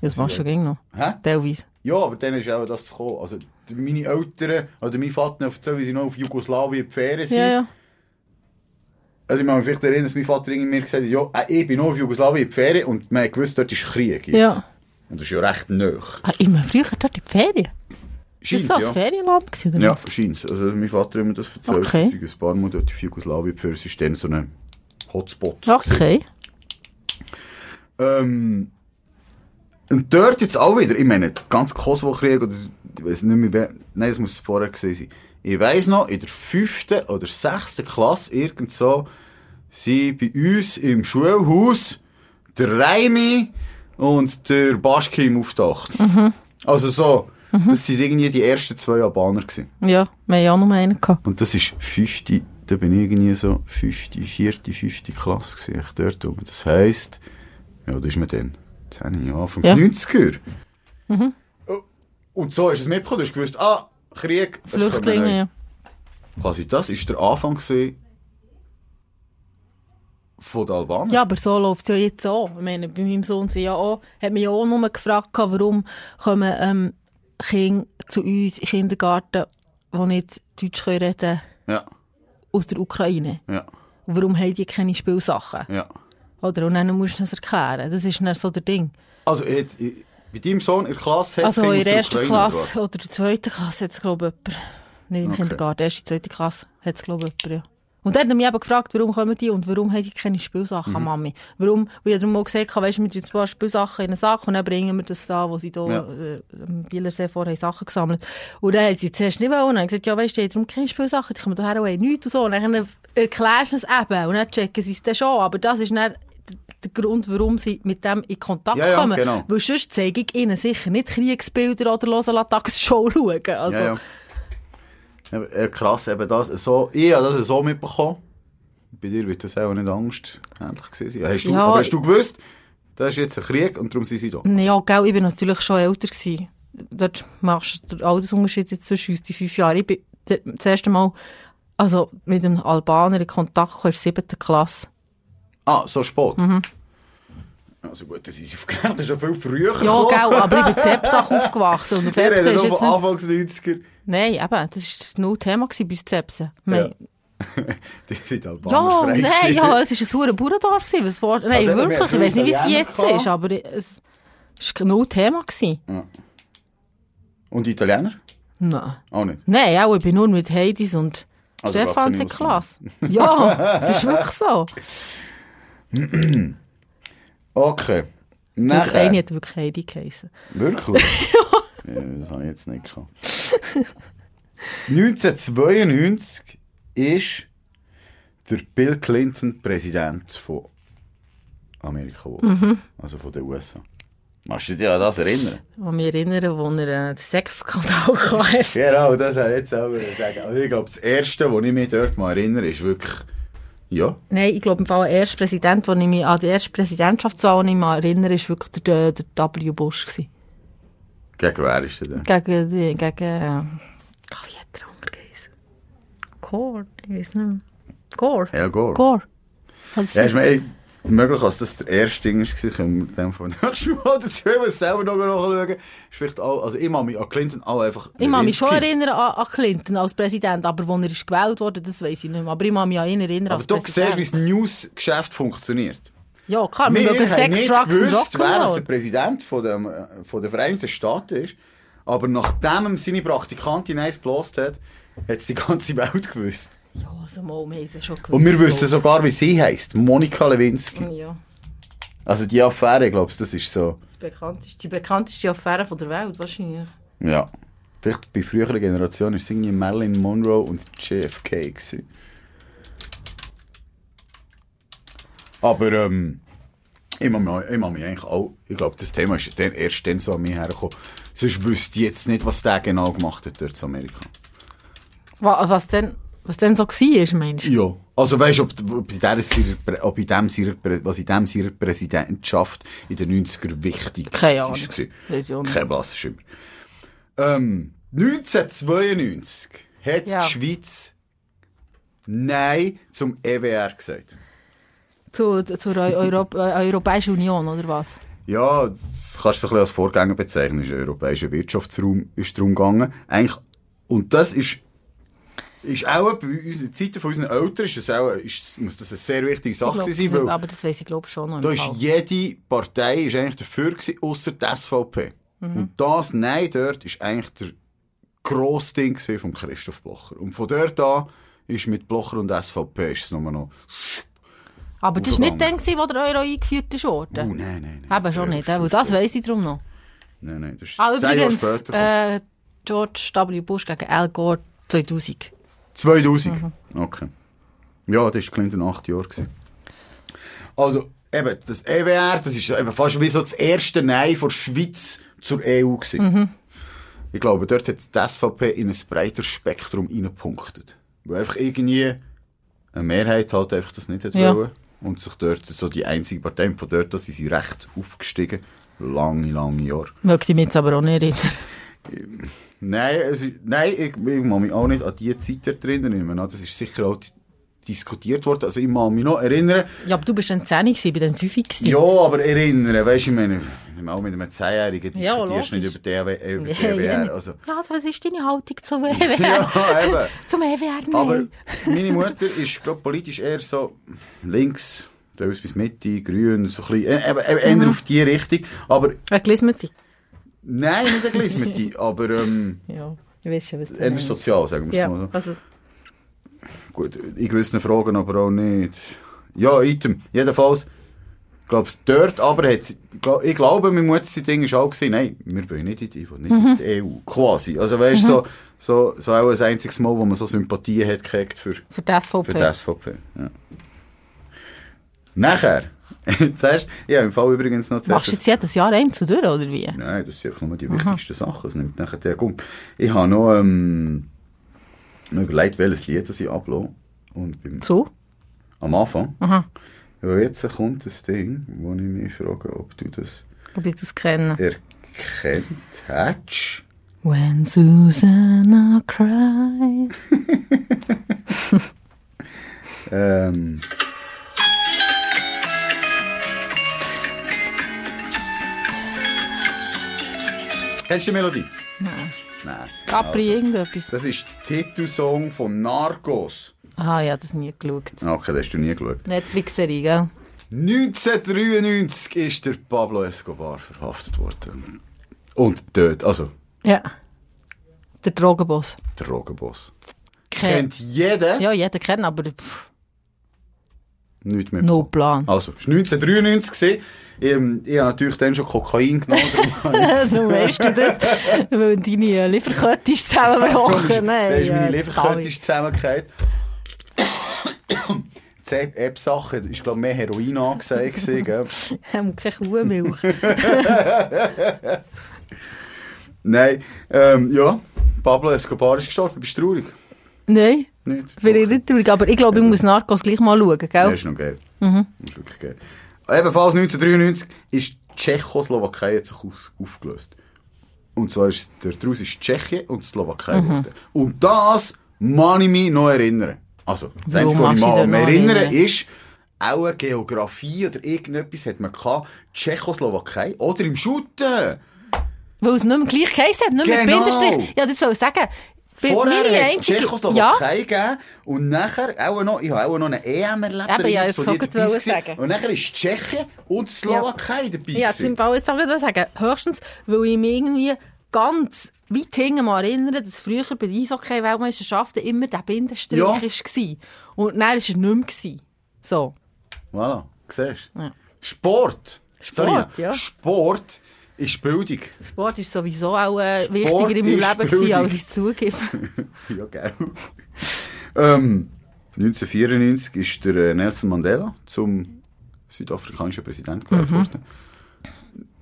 [SPEAKER 2] Das machst du gegen noch.
[SPEAKER 1] Hä?
[SPEAKER 2] Teilweise.
[SPEAKER 1] Ja, aber dann ist auch das gekommen. Also die- meine Eltern oder mein Vater erzählt, wie sie noch auf Jugoslawien die Fähre sind.
[SPEAKER 2] Ja, ja.
[SPEAKER 1] Also ich kann mich vielleicht erinnern, dass mein Vater irgendwie mir gesagt hat, ja, äh, ich bin noch auf Jugoslawien in die Ferien und man hat gewusst, dort ist Krieg jetzt.
[SPEAKER 2] Ja.
[SPEAKER 1] Und das ist ja recht nöch.
[SPEAKER 2] Ah, immer früher dort in die Ferien.
[SPEAKER 1] Scheint,
[SPEAKER 2] Ist das
[SPEAKER 1] ja.
[SPEAKER 2] das Ferienland gewesen, oder
[SPEAKER 1] Ja,
[SPEAKER 2] was?
[SPEAKER 1] scheint Also mein Vater hat mir das erzählt,
[SPEAKER 2] Okay.
[SPEAKER 1] dass ich ein paar Mal dort auf Jugoslawien die Ferien es ist dann so ein Hotspot.
[SPEAKER 2] Okay.
[SPEAKER 1] Ähm, und dort jetzt auch wieder, ich meine, der ganze Kosovo-Krieg, oder ich weiß nicht mehr wer, nein, das muss vorher gewesen sein. Ich weiss noch, in der fünften oder sechsten Klasse irgend so, sind bei uns im Schulhaus der Reimi und der Baschkim auftaucht. Also so, das sind irgendwie die ersten zwei Albaner gewesen.
[SPEAKER 2] Ja, wir haben ja auch noch einen gehabt.
[SPEAKER 1] Und das ist fünfte, da bin ich irgendwie so fünfte, vierte, fünfte Klasse gewesen, ich dort oben. Das heisst, ja, das ist mir dann 10 Jahre, vom
[SPEAKER 2] Ja. Mhm.
[SPEAKER 1] 90er. Oh, Und so ist es mitgekommen, du hast gewusst, ah, Krieg, es kommen neue.
[SPEAKER 2] Flüchtlinge, ja.
[SPEAKER 1] Quasi das ist der Anfang gewesen von den Albanern.
[SPEAKER 2] Ja, aber so läuft es ja jetzt auch. Ich meine, bei meinem Sohn sind ja auch, hat mich ja auch nur gefragt, gehabt, warum kommen ähm, Kinder zu uns in den Kindergarten, die nicht Deutsch können reden
[SPEAKER 1] Ja,
[SPEAKER 2] aus der Ukraine.
[SPEAKER 1] ja,
[SPEAKER 2] Und warum haben die keine Spielsachen?
[SPEAKER 1] ja.
[SPEAKER 2] Oder? Und dann musst du das erklären. Das ist dann so der Ding.
[SPEAKER 1] Also, jetzt, ich, bei deinem Sohn in der Klasse hat
[SPEAKER 2] Also
[SPEAKER 1] Kinder aus
[SPEAKER 2] in der ersten
[SPEAKER 1] Ukraine, oder
[SPEAKER 2] Klasse oder der zweiten Klasse hat es, glaube ich, jemand. Nein, im Kindergarten, erste, zweite Klasse hat es, glaube ich, jemand, ja. Und dann hat er mich eben gefragt, warum kommen die und warum haben die keine Spielsachen,
[SPEAKER 1] Mhm.
[SPEAKER 2] Mami? Warum? Weil ich habe mal gesagt, habe, weisst du, wir tun ein paar Spielsachen in einen Sack und dann bringen wir das da, wo sie da
[SPEAKER 1] Ja.
[SPEAKER 2] äh, am Bielersee vorher haben Sachen gesammelt Und dann hat sie zuerst nicht wollen und dann gesagt, ja, weißt du, die haben darum keine Spielsachen, die kommen daher und haben nichts und so. Und dann erklärst du es eben und dann checken sie es dann schon. Aber das ist dann d- der Grund, warum sie mit dem in Kontakt
[SPEAKER 1] Ja, ja,
[SPEAKER 2] kommen.
[SPEAKER 1] genau.
[SPEAKER 2] Weil sonst zeige ich ihnen sicher nicht Kriegsbilder oder hören lasse Tagesshow schauen. Also,
[SPEAKER 1] Ja, ja. Aber, äh, krass, eben das so, ich habe das so mitbekommen. Bei dir wird das auch nicht Angst ähnlich gewesen sein. Hast du,
[SPEAKER 2] Ja,
[SPEAKER 1] aber hast du
[SPEAKER 2] ich-
[SPEAKER 1] gewusst, das ist jetzt ein Krieg und darum sind sie da?
[SPEAKER 2] Ja, gell, ich bin natürlich schon älter gewesen. Dort machst du den Altersunterschied jetzt zwischen uns, die fünf Jahre. Ich bin z- das erste Mal also mit einem Albaner in Kontakt gekommen, in der siebten Klasse.
[SPEAKER 1] Ah, so spät.
[SPEAKER 2] Mhm.
[SPEAKER 1] Also gut, das ist auf Geld, das ist ja viel früher
[SPEAKER 2] Ja, gell, aber ich bin in Zepsach aufgewachsen und auf
[SPEAKER 1] Wir
[SPEAKER 2] Epsen
[SPEAKER 1] reden
[SPEAKER 2] ist
[SPEAKER 1] hier
[SPEAKER 2] jetzt
[SPEAKER 1] von
[SPEAKER 2] nicht...
[SPEAKER 1] Anfangs 90er.
[SPEAKER 2] Nein, eben, das ist null Thema gewesen bei uns Zepsen.
[SPEAKER 1] Ja.
[SPEAKER 2] Ja,
[SPEAKER 1] Die sind Albaner
[SPEAKER 2] ja
[SPEAKER 1] frei
[SPEAKER 2] nein,
[SPEAKER 1] gewesen.
[SPEAKER 2] ja, es war ein hure Bauerndorf. gewesen, Was war, nein,
[SPEAKER 1] eben, wir
[SPEAKER 2] wirklich,
[SPEAKER 1] hatten
[SPEAKER 2] ich weiß nicht, wie es
[SPEAKER 1] Italiener
[SPEAKER 2] jetzt
[SPEAKER 1] gehabt. Mhm.
[SPEAKER 2] ist, aber es war null Thema. Gewesen.
[SPEAKER 1] Und die Italiener?
[SPEAKER 2] Nein.
[SPEAKER 1] Auch nicht.
[SPEAKER 2] Nein, auch, ich bin nur mit Heidis und
[SPEAKER 1] Also
[SPEAKER 2] Stefans
[SPEAKER 1] gar
[SPEAKER 2] in
[SPEAKER 1] keine
[SPEAKER 2] Klasse. Ja, das ist wirklich so.
[SPEAKER 1] Okay.
[SPEAKER 2] Wirklich, eine
[SPEAKER 1] Nachher.
[SPEAKER 2] hat wirklich Heidi geheissen.
[SPEAKER 1] Wirklich? ja, das habe ich jetzt nicht gehabt. 1992 ist der Bill Clinton Präsident von Amerika geworden. Also von den USA. Machst du dich an das erinnern?
[SPEAKER 2] Ich mich erinnern, wo er äh, den Sexskandal hatte.
[SPEAKER 1] Genau, das wollte ich jetzt auch sagen. Also ich glaube, das Erste, was ich mich dort mal erinnere, ist wirklich... Ja.
[SPEAKER 2] Nein, ich glaube, im Fall der erste Präsident, wo ich mich an die erste Präsidentschaftswahl nicht mehr erinnere, war wirklich der, der, der W. Bush. Gewesen.
[SPEAKER 1] Gegen wer ist der denn?
[SPEAKER 2] Gegen, die- gegen, äh, ach, wie hat der andere geheissen? Gore, ich weiß nicht mehr. Gore?
[SPEAKER 1] Al Gore.
[SPEAKER 2] Gore. Also,
[SPEAKER 1] Ja, ist mir ey, möglich, als das der erste Ding war, können wir in dem Fall nächstes Mal dazu was selber noch nachschauen. Ist vielleicht auch, also ich mache mich an Clinton auch einfach...
[SPEAKER 2] Ich kann mich schon
[SPEAKER 1] Lewinsky.
[SPEAKER 2] erinnern an, an Clinton als Präsident, aber wo er ist gewählt wurde, das weiß ich nicht mehr. Aber ich kann mich an ihn erinnern
[SPEAKER 1] Aber
[SPEAKER 2] als
[SPEAKER 1] du siehst, wie
[SPEAKER 2] Präsident.
[SPEAKER 1] das News-Geschäft funktioniert.
[SPEAKER 2] Ja, klar, wir
[SPEAKER 1] Wir
[SPEAKER 2] mögen
[SPEAKER 1] haben
[SPEAKER 2] Sex,
[SPEAKER 1] nicht
[SPEAKER 2] Drugs und
[SPEAKER 1] gewusst, wer das der
[SPEAKER 2] Rock'n'Roll.
[SPEAKER 1] Präsident von, dem, äh, von den Vereinigten Staaten ist. Aber nachdem ihm seine Praktikantin eins gelost hat, hat es die ganze Welt gewusst.
[SPEAKER 2] Ja, also mal, wir haben sie schon gewusst.
[SPEAKER 1] Und wir wissen sogar, wie sie heisst. Monika Lewinsky.
[SPEAKER 2] Ja,
[SPEAKER 1] Also die Affäre, glaubst du, das ist so...
[SPEAKER 2] das bekannteste, die bekannteste Affäre von der Welt wahrscheinlich.
[SPEAKER 1] Ja. Vielleicht bei früheren Generationen war es irgendwie Marilyn Monroe und JFK. Gewesen. Aber ähm, ich mache mich, ich mach mich eigentlich auch... Ich glaube, das Thema ist dann, erst dann so an mich hergekommen. Sonst wüsste ich jetzt nicht, was der genau gemacht hat dort in Amerika.
[SPEAKER 2] Was, was denn, was denn so war, meinst du?
[SPEAKER 1] Ja. Also weißt du, ob, ob, in dieser seiner Prä- ob in dem seiner Prä- was in dem seiner Präsidentschaft in den 90er wichtig
[SPEAKER 2] Keine Ahnung.
[SPEAKER 1] ist gewesen?
[SPEAKER 2] Weiß ich auch nicht.
[SPEAKER 1] Kein blasser Schimmer. Ähm, 1992 hat
[SPEAKER 2] Ja.
[SPEAKER 1] die Schweiz Nein zum EWR gesagt.
[SPEAKER 2] Zu, zur Eu Europ äh, Europäischen Union, oder was?
[SPEAKER 1] Ja, das kannst du so ein bisschen als Vorgänger bezeichnen. Ist der europäische Wirtschaftsraum ist darum gegangen. Eigentlich, und das ist, ist auch bei unseren Zeiten von unseren Eltern, ist das auch, ist, muss das eine sehr wichtige
[SPEAKER 2] Ich
[SPEAKER 1] Sache
[SPEAKER 2] glaub,
[SPEAKER 1] gewesen sein,
[SPEAKER 2] das-
[SPEAKER 1] weil
[SPEAKER 2] aber das weiß ich glaube schon noch im
[SPEAKER 1] Da
[SPEAKER 2] Fall.
[SPEAKER 1] ist jede Partei ist eigentlich dafür gewesen, ausser die SVP.
[SPEAKER 2] Mhm.
[SPEAKER 1] Und das Nein dort ist eigentlich der grosse Ding gewesen von Christoph Blocher. Und von dort an ist mit Blocher und SVP ist es nur noch,
[SPEAKER 2] aber das war nicht
[SPEAKER 1] Aufgegangen.
[SPEAKER 2] dann, gewesen, wo der Euro eingeführt wurde.
[SPEAKER 1] oh nein, nein, nein.
[SPEAKER 2] Eben schon
[SPEAKER 1] Ja,
[SPEAKER 2] nicht,
[SPEAKER 1] das
[SPEAKER 2] aber
[SPEAKER 1] ist
[SPEAKER 2] das
[SPEAKER 1] so.
[SPEAKER 2] weiss ich darum noch.
[SPEAKER 1] Nein, nein, das ist
[SPEAKER 2] Ah,
[SPEAKER 1] zehn Jahre
[SPEAKER 2] übrigens,
[SPEAKER 1] später.
[SPEAKER 2] äh, George W. Bush gegen Al Gore 2000.
[SPEAKER 1] 2000? Okay. Ja, das war Clinton acht Jahre. Gewesen. Also, eben, das EWR, das ist so eben fast wie so das erste Nein von der Schweiz zur EU. Gewesen. Ich glaube, dort hat die SVP in ein breiteres Spektrum reingepunktet. Weil einfach irgendwie eine Mehrheit halt einfach das nicht hat
[SPEAKER 2] Ja.
[SPEAKER 1] wollen. Und sich dort, so die einzige Partei, und von dort an sind sie recht aufgestiegen. Lange, lange Jahre.
[SPEAKER 2] Möchte ich mich jetzt aber auch nicht erinnern.
[SPEAKER 1] Nein, es ist, nein ich, ich mag mich auch nicht an die Zeit dort erinnern. Ich meine, Das ist sicher auch di- diskutiert worden. Also ich mag mich noch erinnern.
[SPEAKER 2] Ja, aber du bist dann 10 gewesen, bei den 5 gewesen.
[SPEAKER 1] Ja, aber erinnern, weißt du, ich meine, wenn du auch mit einem Zehnjährigen
[SPEAKER 2] Ja,
[SPEAKER 1] diskutierst, nicht
[SPEAKER 2] logisch.
[SPEAKER 1] über die, EW, äh, über die
[SPEAKER 2] Ja, ja,
[SPEAKER 1] EWR.
[SPEAKER 2] nicht.
[SPEAKER 1] Also,
[SPEAKER 2] Ja, also was ist deine Haltung zum EWR?
[SPEAKER 1] ja, eben.
[SPEAKER 2] Zum EWR nicht.
[SPEAKER 1] Aber meine Mutter ist, glaube politisch eher so links, teils bis Mitte, grün, so ein bisschen, äh, eben, eben eher
[SPEAKER 2] Mhm.
[SPEAKER 1] auf die Richtung. Aber
[SPEAKER 2] Wer gelesen mit dir?
[SPEAKER 1] nein, nicht ein Glismete, aber ähm,
[SPEAKER 2] Ja, ich weiß schon, was du
[SPEAKER 1] eher
[SPEAKER 2] meinst.
[SPEAKER 1] sozial, sagen wir es mal so.
[SPEAKER 2] Ja, also,
[SPEAKER 1] Gut, in gewissen Fragen aber auch nicht. Ja, Item. Jedenfalls, ich glaube, dort aber hat sie- ich glaub- ich glaube, mein mutter Ding war auch, gewesen, nein, wir wollen nicht in die EU, nicht
[SPEAKER 2] Mhm.
[SPEAKER 1] in die EU, quasi. Also weißt du, so, so, so auch ein einziges Mal, wo man so Sympathie hat gekriegt für,
[SPEAKER 2] für die SVP.
[SPEAKER 1] für die SVP. Ja. Nachher, zuerst, ja, im Fall übrigens noch
[SPEAKER 2] Machst du
[SPEAKER 1] zuerst-
[SPEAKER 2] jetzt jedes Jahr eins zu durch, oder wie?
[SPEAKER 1] Nein, das sind einfach nur die wichtigsten Sachen. Es nimmt nachher der Gumm. Ich habe noch, ähm, noch überlegt, welches Lied das ich ablasse. Und beim
[SPEAKER 2] So?
[SPEAKER 1] Am Anfang?
[SPEAKER 2] Aha.
[SPEAKER 1] Ja, jetzt kommt das Ding, wo ich mich frage, ob du das
[SPEAKER 2] Ob ich das kenne.
[SPEAKER 1] erkannt hättest.
[SPEAKER 2] When Susanna cries.
[SPEAKER 1] Ähm. Kennst du die Melodie?
[SPEAKER 2] Nein.
[SPEAKER 1] Nein.
[SPEAKER 2] Capri,
[SPEAKER 1] Also,
[SPEAKER 2] irgendetwas.
[SPEAKER 1] das ist der Titelsong von Narcos.
[SPEAKER 2] Ah, ja, das nie geschaut.
[SPEAKER 1] Okay, das hast du nie geschaut.
[SPEAKER 2] Netflix-Serie, gell?
[SPEAKER 1] 1993 ist der Pablo Escobar verhaftet worden. Und tot. Also,
[SPEAKER 2] Ja. Der Drogenboss.
[SPEAKER 1] Drogenboss.
[SPEAKER 2] Kennt.
[SPEAKER 1] Kennt jeder.
[SPEAKER 2] Ja, jeder kennt, aber nou pff,
[SPEAKER 1] Nicht mehr.
[SPEAKER 2] no plan.
[SPEAKER 1] Also, es war 1993. gewesen. Ähm, ich habe natürlich dann schon Kokain genommen. darum habe ich-
[SPEAKER 2] Also, weißt du das? Weil deine äh, Lieferkette ist zusammengebrochen.
[SPEAKER 1] Dann
[SPEAKER 2] Nein,
[SPEAKER 1] ist meine
[SPEAKER 2] äh,
[SPEAKER 1] Leberkette
[SPEAKER 2] David.
[SPEAKER 1] ist zusammengehauen. Die App-Sache ist, glaube ich, mehr Heroin angesagt. gewesen, gell?
[SPEAKER 2] Ähm, keine Kuhmilch.
[SPEAKER 1] Nein, ähm, ja, Pablo Escobar ist gestorben. Bist du traurig?
[SPEAKER 2] Nein,
[SPEAKER 1] Nicht?
[SPEAKER 2] bin ich nicht traurig. Aber ich glaube, ich muss Narcos gleich mal schauen,
[SPEAKER 1] Ja,
[SPEAKER 2] gell? Mhm.
[SPEAKER 1] ist noch geil. Ist wirklich geil. Äh, Ebenfalls 1993 ist die Tschechoslowakei hat sich aus, aufgelöst. Und zwar ist daraus ist Tschechien und die Slowakei
[SPEAKER 2] Mhm.
[SPEAKER 1] geworden. Und das mag ich mich noch erinnern. Also, das Einzige,
[SPEAKER 2] Warum
[SPEAKER 1] was ich
[SPEAKER 2] magst du dich
[SPEAKER 1] mich
[SPEAKER 2] noch
[SPEAKER 1] erinnern
[SPEAKER 2] erinnern?
[SPEAKER 1] ist, auch eine Geografie oder irgendetwas hat man gehabt. Tschechoslowakei oder im Schutten.
[SPEAKER 2] Weil es nicht mehr gleich geheißen hat, nicht mehr
[SPEAKER 1] Genau.
[SPEAKER 2] Bindestrich. Ja, das soll ich sagen. bin
[SPEAKER 1] Vorher
[SPEAKER 2] meine
[SPEAKER 1] hat es
[SPEAKER 2] einzige-
[SPEAKER 1] Tschechoslowakei gegeben und nachher auch noch, ich habe auch noch eine EM erlebt.
[SPEAKER 2] Eben, ja,
[SPEAKER 1] da
[SPEAKER 2] jetzt
[SPEAKER 1] war
[SPEAKER 2] so
[SPEAKER 1] ich
[SPEAKER 2] gut
[SPEAKER 1] dabei
[SPEAKER 2] wollen
[SPEAKER 1] gewesen.
[SPEAKER 2] sagen.
[SPEAKER 1] Und nachher ist Tschechien und die Slowakei dabei.
[SPEAKER 2] Ja,
[SPEAKER 1] gewesen.
[SPEAKER 2] zum Fall jetzt auch wieder sagen. Höchstens, weil ich mich irgendwie ganz weit hinten mal erinnere, dass früher bei den Eishockey-Weltmeisterschaften immer der Bindestrich
[SPEAKER 1] Ja.
[SPEAKER 2] war. Und dann war er nicht mehr. Gewesen. So.
[SPEAKER 1] Voilà, siehst du.
[SPEAKER 2] Ja.
[SPEAKER 1] Sport.
[SPEAKER 2] Sport,
[SPEAKER 1] Sorry,
[SPEAKER 2] ja.
[SPEAKER 1] Sport ist Bildung.
[SPEAKER 2] Sport ist sowieso auch äh, wichtiger in meinem
[SPEAKER 1] ist
[SPEAKER 2] Leben, gewesen, als
[SPEAKER 1] Bildung.
[SPEAKER 2] ich es zugebe.
[SPEAKER 1] ja, gell. ähm, 1994 ist der äh, Nelson Mandela zum südafrikanischen Präsidenten
[SPEAKER 2] Mhm.
[SPEAKER 1] gewählt worden.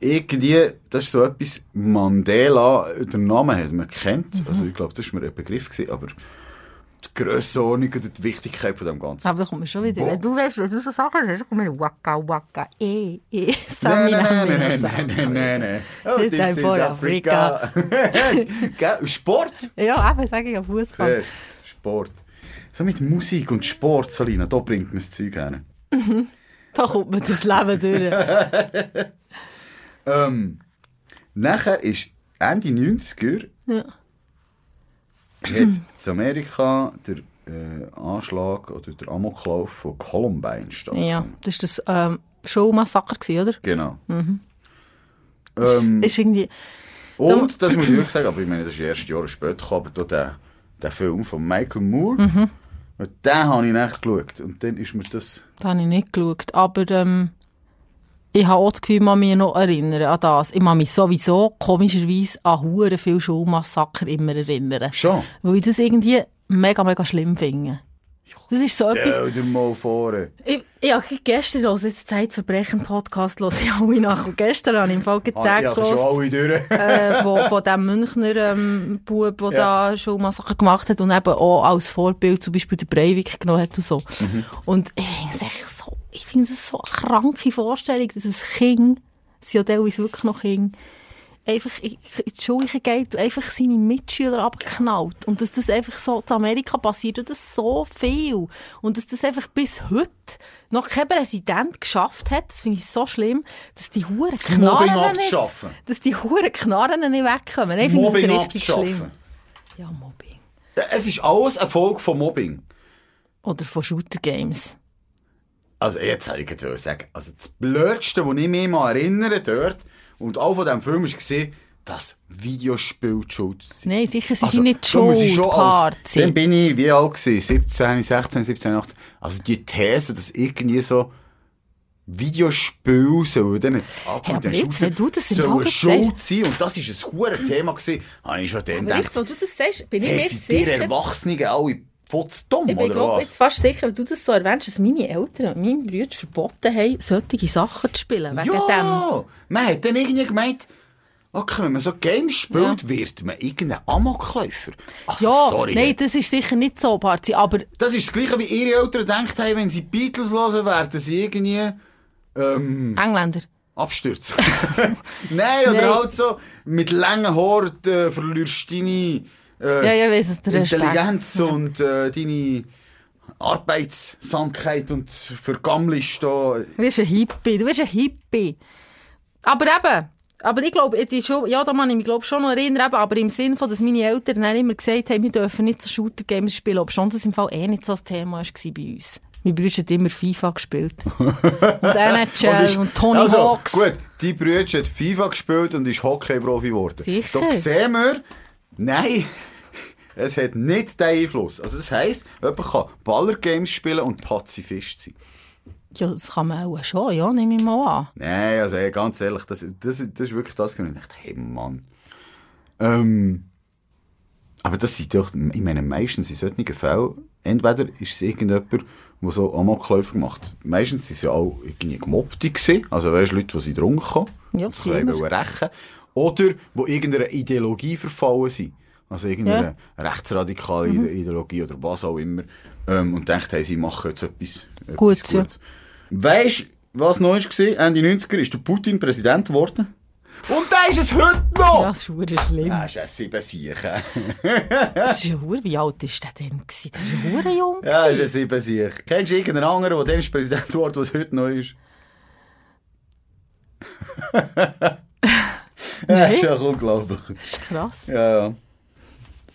[SPEAKER 1] Irgendwie, das ist so etwas, Mandela, der Name hat man kennt.
[SPEAKER 2] Mhm.
[SPEAKER 1] Also ich glaube, das ist mir ein Begriff gewesen, aber die Grössenordnung und die Wichtigkeit von dem Ganzen.
[SPEAKER 2] Aber da kommt man schon wieder.
[SPEAKER 1] Wo-
[SPEAKER 2] Wenn du weißt, wenn du so Sachen sagst, dann kommt man Waka Waka, eh, eh,
[SPEAKER 1] Nein,
[SPEAKER 2] Samina,
[SPEAKER 1] nein, nein, nein, nein, nein, nein. Oh,
[SPEAKER 2] This
[SPEAKER 1] this
[SPEAKER 2] time
[SPEAKER 1] is
[SPEAKER 2] for
[SPEAKER 1] Africa. Gell, Sport?
[SPEAKER 2] Ja, eben, sage ich ja, Fußball.
[SPEAKER 1] Sehr. Sport. So mit Musik und Sport, Salina, da bringt man das Zeug her.
[SPEAKER 2] Da kommt man durchs Leben durch.
[SPEAKER 1] Ähm, nachher ist Ende 90er
[SPEAKER 2] Ja.
[SPEAKER 1] hat in Amerika der äh, Anschlag oder der Amoklauf von Columbine stattgefunden.
[SPEAKER 2] ja, das war das ähm, Schulmassaker, gewesen, oder?
[SPEAKER 1] Genau.
[SPEAKER 2] Hm.
[SPEAKER 1] Ähm,
[SPEAKER 2] Ist irgendwie...
[SPEAKER 1] und, das muss ich wirklich sagen, aber ich meine, das ist erst Jahre später gekommen, aber da der, der Film von Michael Moore,
[SPEAKER 2] Mhm.
[SPEAKER 1] und den habe ich nachher geschaut. Und dann ist mir das...
[SPEAKER 2] Das habe ich nicht geschaut. Aber ähm, ich habe auch das Gefühl, ich kann mich noch erinnern an das. Ich kann mich sowieso komischerweise an hure viele Schulmassaker immer erinnern.
[SPEAKER 1] Schon.
[SPEAKER 2] Weil ich das irgendwie mega, mega schlimm finde. Das ist so etwas...
[SPEAKER 1] Stell dir mal vor.
[SPEAKER 2] Ich, ich habe gestern los, jetzt Zeitverbrechen-Podcast los ich alle nach. Und gestern habe ich im Fall
[SPEAKER 1] Ah,
[SPEAKER 2] gedacht,
[SPEAKER 1] Ich habe sie schon alle durch.
[SPEAKER 2] äh, wo, von dem Münchner ähm, Bub, der da Schulmassaker gemacht hat und eben auch als Vorbild zum Beispiel den Breivik genommen hat und so. Und ich finde es echt so, ich finde es so eine kranke Vorstellung, dass ein Kind, es sind ja teilweise wirklich noch Kind, einfach in in die Schule geht und einfach seine Mitschüler abknallt. Und dass das einfach so in Amerika passiert und das so viel. Und dass das einfach bis heute noch kein Präsident geschafft hat, das finde ich so schlimm, dass die Huren
[SPEAKER 1] Mobbing
[SPEAKER 2] Knarren nicht,
[SPEAKER 1] abzuschaffen.
[SPEAKER 2] dass die Huren Knarren nicht wegkommen. Ich finde
[SPEAKER 1] Mobbing
[SPEAKER 2] das richtig
[SPEAKER 1] abzuschaffen.
[SPEAKER 2] schlimm. Ja, Mobbing.
[SPEAKER 1] Es ist alles eine Folge von Mobbing.
[SPEAKER 2] Oder von Shooter Games.
[SPEAKER 1] Also jetzt habe ich gerade sagen, also das Blödste, was ich mich mal erinnere dort und auch von diesem Film war, dass Videospiel die schuld sind.
[SPEAKER 2] Nein, sicher sind
[SPEAKER 1] Also,
[SPEAKER 2] sie nicht
[SPEAKER 1] da muss
[SPEAKER 2] schuld,
[SPEAKER 1] ich schon als-
[SPEAKER 2] Party.
[SPEAKER 1] Dann bin ich, wie alt gewesen, 17, 16, 17, 18. Also die These, dass irgendwie so Videospiele sollen dann jetzt ab
[SPEAKER 2] Hey,
[SPEAKER 1] mit
[SPEAKER 2] aber
[SPEAKER 1] den
[SPEAKER 2] jetzt,
[SPEAKER 1] Shootern
[SPEAKER 2] wenn du das im
[SPEAKER 1] sollen
[SPEAKER 2] Auge
[SPEAKER 1] schuld sein und das ist ein hohes Thema gewesen, habe ich schon dann
[SPEAKER 2] Aber
[SPEAKER 1] gedacht,
[SPEAKER 2] jetzt, wo du das sagst, bin ich mir
[SPEAKER 1] hey, sind die
[SPEAKER 2] sicher...
[SPEAKER 1] Erwachsenen alle futzdumm
[SPEAKER 2] Ich bin
[SPEAKER 1] oder
[SPEAKER 2] glaub,
[SPEAKER 1] was?
[SPEAKER 2] jetzt fast sicher, wenn du das so erwähnst, dass meine Eltern und meine Brüder verboten haben, solche Sachen zu spielen. Wegen dem.
[SPEAKER 1] ja, man hat dann irgendwie gemeint, okay, wenn man so Games spielt, wird man irgendein Amokläufer. Also,
[SPEAKER 2] Ja,
[SPEAKER 1] sorry.
[SPEAKER 2] nein, das ist sicher nicht so, Party. Aber
[SPEAKER 1] Das ist das Gleiche, wie ihre Eltern gedacht haben, wenn sie Beatles hören, werden sie irgendwie Hm.
[SPEAKER 2] Engländer.
[SPEAKER 1] abstürzen. nein, oder
[SPEAKER 2] Nein.
[SPEAKER 1] halt so, mit langen Haaren äh, verlierst du deine äh,
[SPEAKER 2] Ja, ja, weiss es, der Respekt.
[SPEAKER 1] Intelligenz und äh, deine Arbeitssamkeit und vergammelst da.
[SPEAKER 2] Du bist ein Hippie, du bist ein Hippie. Aber eben, aber ich glaube, jetzt ist schon, ja, da kann ich mich glaub, schon noch erinnern, eben, aber im Sinn von, dass meine Eltern dann immer gesagt haben, wir dürfen nicht so Shooter-Games spielen, ob schon das im Fall eh nicht so ein Thema war bei uns. Meine Brüder haben immer FIFA gespielt. und NHL und,
[SPEAKER 1] ist-
[SPEAKER 2] Tony
[SPEAKER 1] also,
[SPEAKER 2] Hawks.
[SPEAKER 1] Gut, die Brüder hat FIFA gespielt und ist Hockey-Profi geworden.
[SPEAKER 2] Sicher.
[SPEAKER 1] Da sehen wir, nein, es hat nicht den Einfluss. Also das heisst, jemand kann Baller-Games spielen und Pazifist sein.
[SPEAKER 2] Ja, das kann man auch schon, ja, nehme ich mal an.
[SPEAKER 1] Nein, also ey, ganz ehrlich, das, das, das ist wirklich das, wo ich dachte, hey Mann. Ähm, aber das sind doch, ich meine, meistens in solchen Fällen, entweder ist es irgendjemand, der so Amokläufe gemacht hat. Meistens sind es ja oh, auch irgendwie Gemobbte gewesen, also weißt du, Leute, die sie getrunken haben,
[SPEAKER 2] Ja,
[SPEAKER 1] die sich wollen rächen oder die irgendeiner Ideologie verfallen sind. Also irgendeiner
[SPEAKER 2] Mhm.
[SPEAKER 1] rechtsradikalen Ide- Ideologie oder was auch immer. Ähm, und denkt, hey, sie machen jetzt etwas, etwas
[SPEAKER 2] Gutes, ja.
[SPEAKER 1] Weißt du, was neu war? Ende 90er ist der Putin Präsident geworden. Und da ist es heute noch!
[SPEAKER 2] Das ist verdammt schlimm.
[SPEAKER 1] Das ist ein Siebensicher.
[SPEAKER 2] Das ist ja verdammt- wie alt ist der denn? gewesen? Das ist ja verdammt jung.
[SPEAKER 1] Ja, das ist ein Siebensicher. Kennst du irgendeinen anderen, der dann ist Präsident geworden, was heute noch ist? Ja,
[SPEAKER 2] Nein.
[SPEAKER 1] ist ja unglaublich.
[SPEAKER 2] Das ist krass.
[SPEAKER 1] Ja, ja.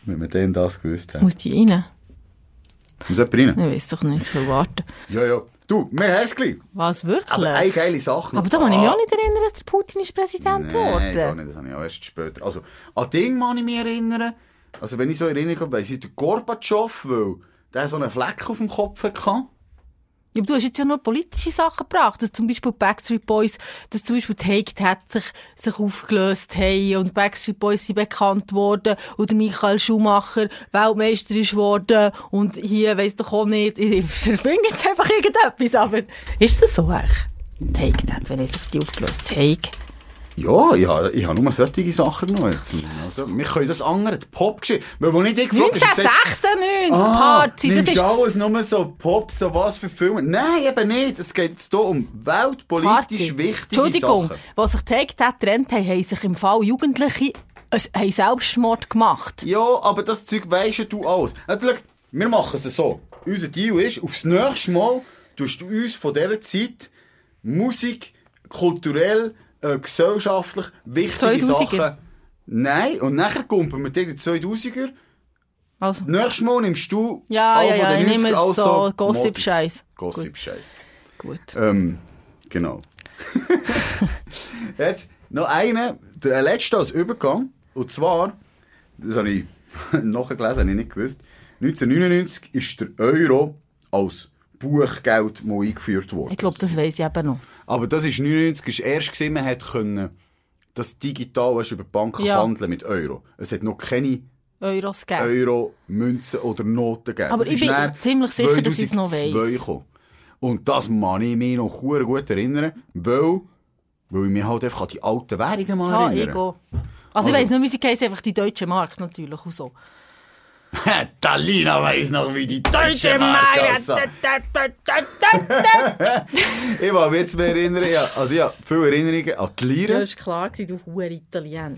[SPEAKER 1] Wenn wir dann das gewusst haben.
[SPEAKER 2] Muss die rein?
[SPEAKER 1] Muss jemand rein?
[SPEAKER 2] Ich weiß doch nicht, ich will warten.
[SPEAKER 1] Ja, ja. Du, wir haben es gleich.
[SPEAKER 2] Was, wirklich?
[SPEAKER 1] Aber eine
[SPEAKER 2] Aber,
[SPEAKER 1] geile Sache. noch.
[SPEAKER 2] da kann ich mich
[SPEAKER 1] Ah.
[SPEAKER 2] auch nicht erinnern, dass der Putin ist Präsident
[SPEAKER 1] Nein, gar
[SPEAKER 2] geworden.
[SPEAKER 1] nicht, das habe ich auch erst später. Also, an Ding kann ich mich erinnern. Also, wenn ich so erinnere, kann, weiss ich, der Gorbatschow, weil der so einen Fleck auf dem Kopf hatte.
[SPEAKER 2] Ja, aber du hast jetzt ja nur politische Sachen gebracht, dass zum Beispiel die Backstreet Boys, dass zum Beispiel Take hat sich, sich aufgelöst haben und die Backstreet Boys sind bekannt worden und der Michael Schumacher Weltmeister ist worden und hier, weiss doch auch nicht, ich verbringe jetzt einfach irgendetwas, aber ist das so echt? Take hat, wenn ich sich die aufgelöst Take.
[SPEAKER 1] Ja, ja, ich habe nur solche Sachen genommen. Jetzt. Also, wir können das andere, die Popgeschichte. Weil, wo ich dich gefragt habe, hast du gesagt,
[SPEAKER 2] 1996,
[SPEAKER 1] Ah,
[SPEAKER 2] Party, das
[SPEAKER 1] nimmst
[SPEAKER 2] ist
[SPEAKER 1] alles nur so Pop, so was für Filme? Nein, eben nicht. Es geht jetzt hier um weltpolitisch
[SPEAKER 2] Party.
[SPEAKER 1] wichtige
[SPEAKER 2] Entschuldigung,
[SPEAKER 1] Sachen.
[SPEAKER 2] was sich Take Tat getrennt haben, haben sich im Fall Jugendliche äh, haben Selbstmord gemacht.
[SPEAKER 1] Ja, aber das Zeug weisst ja du alles. Also, schau, wir machen es so. Unser Deal ist, aufs nächste Mal tust du uns von dieser Zeit Musik, kulturell, äh, gesellschaftlich wichtige
[SPEAKER 2] 2000er.
[SPEAKER 1] Sachen... Nein, und nachher kumpen wir dir die 2000er.
[SPEAKER 2] Also.
[SPEAKER 1] Nächstes Mal nimmst du
[SPEAKER 2] Ja,
[SPEAKER 1] alle
[SPEAKER 2] ja, ja,
[SPEAKER 1] von
[SPEAKER 2] ich
[SPEAKER 1] den 90er,
[SPEAKER 2] nehme
[SPEAKER 1] alles
[SPEAKER 2] so
[SPEAKER 1] Modi.
[SPEAKER 2] Gossip-Scheiß. Gut.
[SPEAKER 1] Gossip-Scheiss.
[SPEAKER 2] Gut.
[SPEAKER 1] Ähm, genau. Jetzt noch einen, der letzte als Übergang. Und zwar, das habe ich nachgelesen, habe ich nicht gewusst. 1999 ist der Euro als Buchgeld mal eingeführt worden.
[SPEAKER 2] Ich glaube, das weiss ich eben noch.
[SPEAKER 1] Aber das ist 99 ist erst gesehen, man hat können, das digital weisst du, über die Bank
[SPEAKER 2] Ja.
[SPEAKER 1] handeln mit Euro. Es hat noch keine
[SPEAKER 2] Euros geben.
[SPEAKER 1] Euro, Münzen oder Noten gegeben.
[SPEAKER 2] Aber
[SPEAKER 1] Das
[SPEAKER 2] ich
[SPEAKER 1] ist
[SPEAKER 2] bin
[SPEAKER 1] dann
[SPEAKER 2] ziemlich sicher, dass ich's noch
[SPEAKER 1] 2002
[SPEAKER 2] weiss.
[SPEAKER 1] gekommen. Und das kann ich mich noch sehr gut erinnern, weil, weil ich mich halt einfach an die alten Währungen mal
[SPEAKER 2] ah,
[SPEAKER 1] erinnere.
[SPEAKER 2] Ego. Also, ich weiss nur, wie sie heissen, einfach die deutsche Markt natürlich und so.
[SPEAKER 1] Ha, Talina weiss noch, wie die deutsche Marke aussah. Ich mag mich jetzt mehr erinnern, ja, also ja, viele Erinnerungen an die Lire.
[SPEAKER 2] klar, du hoher Italiener.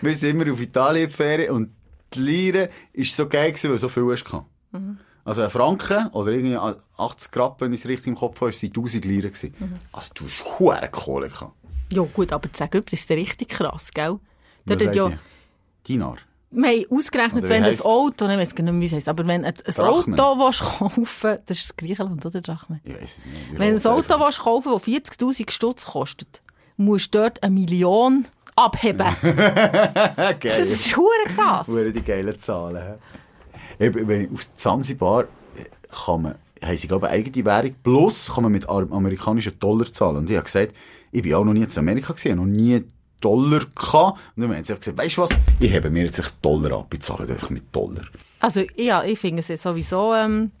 [SPEAKER 1] Wir sind immer auf Italien gefahren und die Lire war so geil, gewesen, weil so viel hast. du Mhm. Also ein Franken oder irgendwie 80 Rappen, wenn ich es richtig im Kopf habe, waren 1000 Lire. gewesen.
[SPEAKER 2] Mhm.
[SPEAKER 1] Also du hast hohe Kohle gehabt.
[SPEAKER 2] Ja, gut, aber zu sagen, das ist richtig krass, gell? Dort
[SPEAKER 1] Was
[SPEAKER 2] hat
[SPEAKER 1] sagt
[SPEAKER 2] ja,
[SPEAKER 1] ihr? Dinar.
[SPEAKER 2] wir haben ausgerechnet,
[SPEAKER 1] Oder wie
[SPEAKER 2] wenn ein
[SPEAKER 1] heisst's?
[SPEAKER 2] Auto, ich weiss gar nicht, mehr, wie es heisst, aber wenn ein, ein Auto
[SPEAKER 1] Drachmen.
[SPEAKER 2] willst kaufen das ist das Griechenland, oder Drachme?
[SPEAKER 1] Ich weiß es nicht.
[SPEAKER 2] Wenn du ein Auto willst kaufen das 40.000 Stutz kostet, musst du dort eine Million abheben. Das
[SPEAKER 1] Geil.
[SPEAKER 2] ist hure krass.
[SPEAKER 1] Hure die geilen Zahlen. hä? Eben, wenn ich auf Zanzibar äh, kann man, haben sie glaube ich eine eigene Währung, plus kann man mit am- amerikanischen Dollar zahlen. Und ich habe gesagt, ich bin auch noch nie zu Amerika gewesen, noch nie Dollar gehabt. Und dann haben sie gesagt, weißt du was, ich habe mir jetzt echt Dollar ab, ich zahle einfach mit Dollar.
[SPEAKER 2] Also ja, ich finde es jetzt sowieso... Ähm,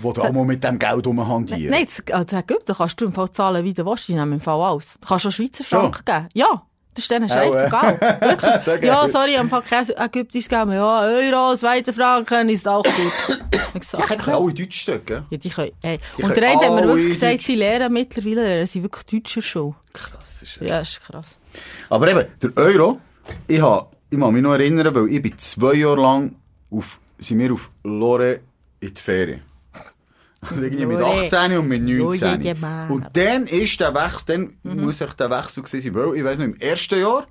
[SPEAKER 1] Wo du auch mal mit dem Geld rumhandieren.
[SPEAKER 2] Nein, das, also, das gibt, da kannst du im Fall zahlen, wie du willst, ich nehme im Fall alles. Du kannst auch Schweizer Franken geben. Ja, das ist denen scheißegal.
[SPEAKER 1] äh, So
[SPEAKER 2] Wirklich.
[SPEAKER 1] geil.
[SPEAKER 2] ja, sorry, am Fall kein ägyptisches Geld mehr. Ja, Euro, Schweizer Franken ist auch gut. Ich sag,
[SPEAKER 1] Ich kann alle Deutsch stöcken.
[SPEAKER 2] ja, die können, ey.
[SPEAKER 1] Die
[SPEAKER 2] Und
[SPEAKER 1] können
[SPEAKER 2] der eine hat mir
[SPEAKER 1] alle
[SPEAKER 2] wirklich gesagt,
[SPEAKER 1] Deutsch.
[SPEAKER 2] sie lehren mittlerweile, lernen sie wirklich Deutscher schon.
[SPEAKER 1] Krass ist
[SPEAKER 2] Ja, das ist krass.
[SPEAKER 1] Aber eben, der Euro, ich, hab, ich muss mich noch erinnern, weil ich bin zwei Jahre lang auf, sind wir auf Lore in die Ferien. Also irgendwie mit
[SPEAKER 2] Lore.
[SPEAKER 1] 18 und mit
[SPEAKER 2] Lore
[SPEAKER 1] 19.
[SPEAKER 2] de Mar. Mhm.
[SPEAKER 1] Und dann ist der Wechsel, dann muss echt der Wechsel gewesen sein, weil ich weiss noch, im ersten Jahr hat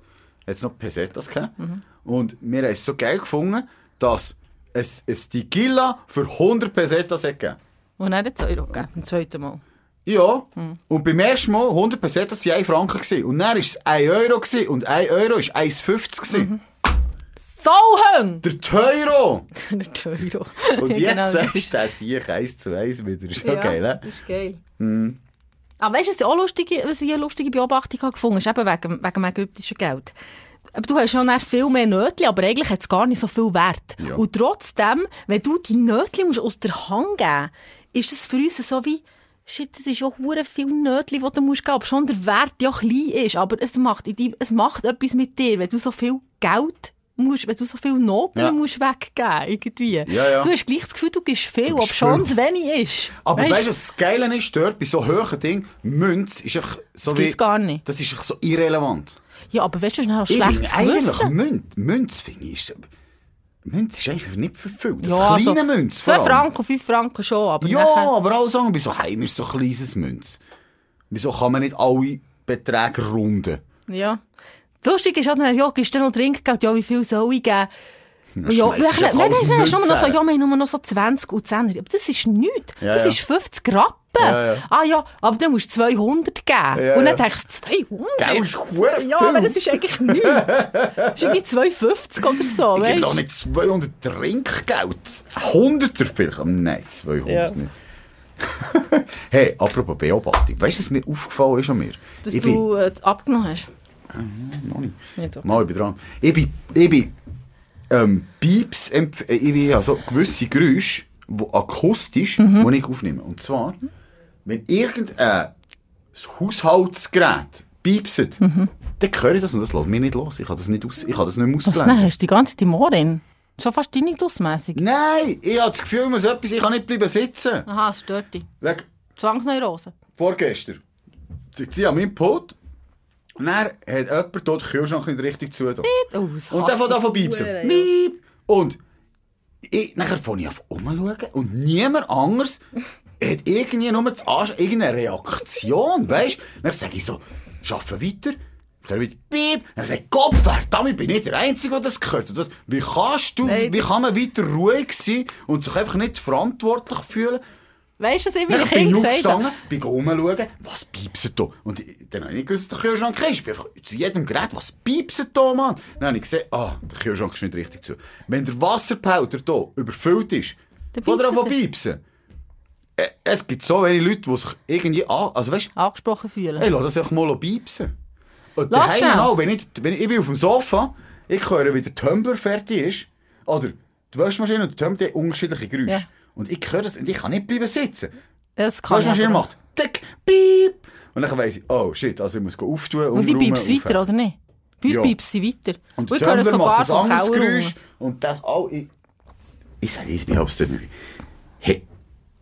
[SPEAKER 1] es noch Pesetas gegeben.
[SPEAKER 2] Mhm.
[SPEAKER 1] Und wir haben es so geil gefunden, dass es, es die Gilla für 100 Pesetas hat gegeben.
[SPEAKER 2] Und dann hat es Euro gegeben, im zweiten Mal.
[SPEAKER 1] Ja,
[SPEAKER 2] Mhm.
[SPEAKER 1] und beim ersten Mal 100 Pesetas waren 1 Franken. Gewesen. Und dann war es 1 Euro gewesen. und 1 Euro war 1,50
[SPEAKER 2] Mhm.
[SPEAKER 1] gewesen.
[SPEAKER 2] So hung!
[SPEAKER 1] Der Teuro!
[SPEAKER 2] Der Euro.
[SPEAKER 1] Und
[SPEAKER 2] Ja,
[SPEAKER 1] jetzt
[SPEAKER 2] genau, das ist-
[SPEAKER 1] sagst du, das hier 1 zu 1 wieder. Ist ja. geil, ne?
[SPEAKER 2] Das ist geil.
[SPEAKER 1] Mm.
[SPEAKER 2] Ah, Aber weißt du, was ich auch lustige, was ich eine lustige Beobachtung habe gefunden habe, ist eben wegen, wegen dem ägyptischen Geld. Aber du hast schon dann viel mehr Nötli, aber eigentlich hat es gar nicht so viel Wert.
[SPEAKER 1] Ja.
[SPEAKER 2] Und trotzdem, wenn du die Nötli musst aus der Hand geben ist das für uns so wie, shit, das ist ja hure viel Nötli, die du musst geben, obwohl der Wert ja klein ist, aber es macht, in deinem, es macht etwas mit dir, wenn du so viel Geld musst, wenn du so viel Noten
[SPEAKER 1] Ja.
[SPEAKER 2] musst weggeben, irgendwie.
[SPEAKER 1] Ja, ja.
[SPEAKER 2] Du hast gleich das Gefühl, du gibst viel,
[SPEAKER 1] gibst
[SPEAKER 2] obschon
[SPEAKER 1] viel.
[SPEAKER 2] es wenig ist.
[SPEAKER 1] Aber
[SPEAKER 2] Weisst
[SPEAKER 1] weißt du, was das Geile ist, dort bei so hohen Dingen, Münz ist einfach so
[SPEAKER 2] Das
[SPEAKER 1] wie...
[SPEAKER 2] gibt's gar nicht.
[SPEAKER 1] Das ist einfach so irrelevant.
[SPEAKER 2] Ja, aber weißt du, du hast
[SPEAKER 1] Ich
[SPEAKER 2] ein
[SPEAKER 1] finde
[SPEAKER 2] schlechtes
[SPEAKER 1] eigentlich,
[SPEAKER 2] Gewissen.
[SPEAKER 1] Münz, Münz finde ich, ist... Münz ist eigentlich nicht für viel. Das
[SPEAKER 2] Ja,
[SPEAKER 1] kleine
[SPEAKER 2] also,
[SPEAKER 1] Münz vor
[SPEAKER 2] 2
[SPEAKER 1] allem.
[SPEAKER 2] Franken, 5 Franken schon, aber
[SPEAKER 1] Ja,
[SPEAKER 2] nachher...
[SPEAKER 1] aber alles andere, wieso haben wir so ein kleines Münz? Wieso kann man nicht alle Beträge runden?
[SPEAKER 2] Ja. Das Lustige ist auch, ja, gibst du noch Trinkgeld, ja, wie viel soll ich geben? Ja, dann,
[SPEAKER 1] schlecht.
[SPEAKER 2] dann, dann, dann hast du nur noch so,
[SPEAKER 1] Kalbsmütze.
[SPEAKER 2] ja, wir haben nur noch so 20 und 10 Aber das ist nichts.
[SPEAKER 1] Ja,
[SPEAKER 2] das
[SPEAKER 1] ja.
[SPEAKER 2] ist 50 Rappen.
[SPEAKER 1] Ja, ja.
[SPEAKER 2] Ah ja, aber dann musst du 200 geben.
[SPEAKER 1] Ja,
[SPEAKER 2] und dann
[SPEAKER 1] ja.
[SPEAKER 2] denkst du, 200?
[SPEAKER 1] Gell, ist verdammt
[SPEAKER 2] ja,
[SPEAKER 1] viel.
[SPEAKER 2] aber das ist eigentlich nichts. Das ist irgendwie 250 oder so,
[SPEAKER 1] Ich gebe
[SPEAKER 2] weißt
[SPEAKER 1] doch nicht 200 Trinkgeld. 100er vielleicht. aber Nein, 200
[SPEAKER 2] Ja.
[SPEAKER 1] nicht. hey, apropos Beobachtung. Weißt du, was mir aufgefallen ist an mir?
[SPEAKER 2] Dass
[SPEAKER 1] ich
[SPEAKER 2] du äh, abgenommen hast.
[SPEAKER 1] bin, noch nicht.
[SPEAKER 2] Ja, doch.
[SPEAKER 1] Mal, ich bin dran. Ich bin, ich bin, ähm, Pieps, empf- äh, ich bin also gewisse Geräusche, die akustisch, die ich aufnehme. Und zwar, wenn irgendein Haushaltsgerät piepset, dann höre ich das und das lässt mir nicht los. Ich kann das nicht, aus, ich kann das nicht mehr
[SPEAKER 2] Was
[SPEAKER 1] ausblenden.
[SPEAKER 2] denn? Hast du die ganze Zeit die Morin? Schon fast deine Dussmässig.
[SPEAKER 1] Nein, ich habe das Gefühl, ich muss etwas, ich kann nicht bleiben sitzen.
[SPEAKER 2] Aha, es stört dich.
[SPEAKER 1] Wegen
[SPEAKER 2] Zwangsneurose.
[SPEAKER 1] vorgestern. Ich war an meinem Pult und dann hat jemand dort den Kühlschrank nicht richtig zu.
[SPEAKER 2] Oh,
[SPEAKER 1] Und dann fängt an zu piepsen. Piep. Und ich, nachher fange ich an umzuschauen und niemand anders hat irgendwie nur das Arsch, irgendeine Reaktion, weißt du? Dann sage ich so, schaffen weiter. Dann wieder piep. Dann sage ich, Gott, wer, damit bin ich der Einzige, der das gehört hat. Was- Wie kannst du,
[SPEAKER 2] Nein.
[SPEAKER 1] wie kann man weiter ruhig sein und sich einfach nicht verantwortlich fühlen?
[SPEAKER 2] Weißt du, was ich
[SPEAKER 1] Dann
[SPEAKER 2] meinen
[SPEAKER 1] bin ich
[SPEAKER 2] Kindern gesagt habe?
[SPEAKER 1] aufgestanden, bin rumschauen, was piepst da? Und ich- dann habe ich nicht gewusst, dass der Kühlschrank ist. Ich bin einfach zu jedem Gerät, was piepst da, Mann? Dann habe ich gesehen, ah, der Kühlschrank ist nicht richtig zu. Wenn der Wasserpelter da überfüllt ist,
[SPEAKER 2] Dann
[SPEAKER 1] von der
[SPEAKER 2] piepst
[SPEAKER 1] von
[SPEAKER 2] er.
[SPEAKER 1] piepsen. Äh, Es gibt so wenige Leute, die sich irgendwie an... Also weißt
[SPEAKER 2] Angesprochen fühlen.
[SPEAKER 1] du, ey, lass das einfach mal piepsen. Und
[SPEAKER 2] Lass
[SPEAKER 1] daheim
[SPEAKER 2] schnell.
[SPEAKER 1] auch, wenn ich, wenn ich, ich bin auf dem Sofa, ich höre, wie der Tumbler fertig ist, oder die Waschmaschine und der Tumbler, die haben unterschiedliche Geräusche.
[SPEAKER 2] Ja.
[SPEAKER 1] Und ich höre das und ich kann nicht bleiben sitzen.
[SPEAKER 2] Das
[SPEAKER 1] Die
[SPEAKER 2] kann ich
[SPEAKER 1] Waschmaschine
[SPEAKER 2] aber-
[SPEAKER 1] macht tick, piep. Und dann weiss ich, oh shit, also ich muss auftun und
[SPEAKER 2] Und sie pieps
[SPEAKER 1] aufheben.
[SPEAKER 2] weiter, oder nicht? Bei uns
[SPEAKER 1] Ja.
[SPEAKER 2] pieps sie weiter.
[SPEAKER 1] Und
[SPEAKER 2] wir
[SPEAKER 1] der
[SPEAKER 2] hören
[SPEAKER 1] Tumbler
[SPEAKER 2] sogar
[SPEAKER 1] macht ein
[SPEAKER 2] vom
[SPEAKER 1] anderes
[SPEAKER 2] Keller
[SPEAKER 1] Geräusch.
[SPEAKER 2] runter.
[SPEAKER 1] Und das auch. Ich, ich sage, ich bin absolut nicht. Hey,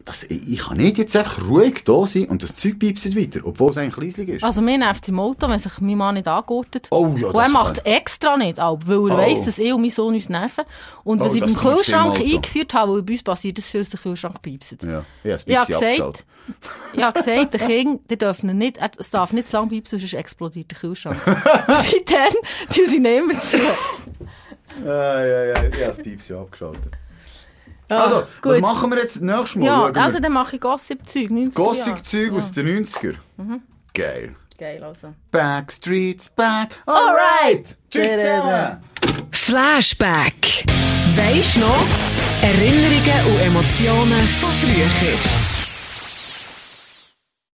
[SPEAKER 1] das, ich, ich kann nicht jetzt einfach ruhig da sein und das Zeug piepst weiter, obwohl es eigentlich leislich ist.
[SPEAKER 2] Also mir nervt im Auto, wenn sich mein Mann nicht angurtet.
[SPEAKER 1] Oh ja,
[SPEAKER 2] und
[SPEAKER 1] das
[SPEAKER 2] er macht
[SPEAKER 1] kann-
[SPEAKER 2] es extra nicht, ab, weil er
[SPEAKER 1] Oh.
[SPEAKER 2] weiss, dass ich und mein Sohn uns nerven. Und was
[SPEAKER 1] Oh,
[SPEAKER 2] ich
[SPEAKER 1] das
[SPEAKER 2] beim
[SPEAKER 1] gibt's im
[SPEAKER 2] Kühlschrank
[SPEAKER 1] Auto.
[SPEAKER 2] eingeführt habe, weil bei uns passiert, dass viel aus dem Kühlschrank piepst.
[SPEAKER 1] Ja, ich habe
[SPEAKER 2] Ich habe
[SPEAKER 1] Pipsi abgeschaut.
[SPEAKER 2] gesagt, ich habe gesagt, der Kind, der darf ihn nicht, er- es darf nicht zu lange bleiben, sonst explodiert der Kühlschrank. Seitdem, Dus die sind immer so.
[SPEAKER 1] Ja, ja, ja, ich habe das Pipsi abgeschaltet. also, was
[SPEAKER 2] gut.
[SPEAKER 1] machen wir jetzt nächstes Mal?
[SPEAKER 2] Ja,
[SPEAKER 1] Schauen wir
[SPEAKER 2] also dann mache ich Gossip-Zeug. 90er
[SPEAKER 1] Gossip-Zeug aus den 90er. Geil.
[SPEAKER 2] Jahre. Geil, also.
[SPEAKER 1] Backstreets back. Alright. Tschüss zusammen.
[SPEAKER 3] Flashback. Weisst noch? Erinnerungen und Emotionen von früher.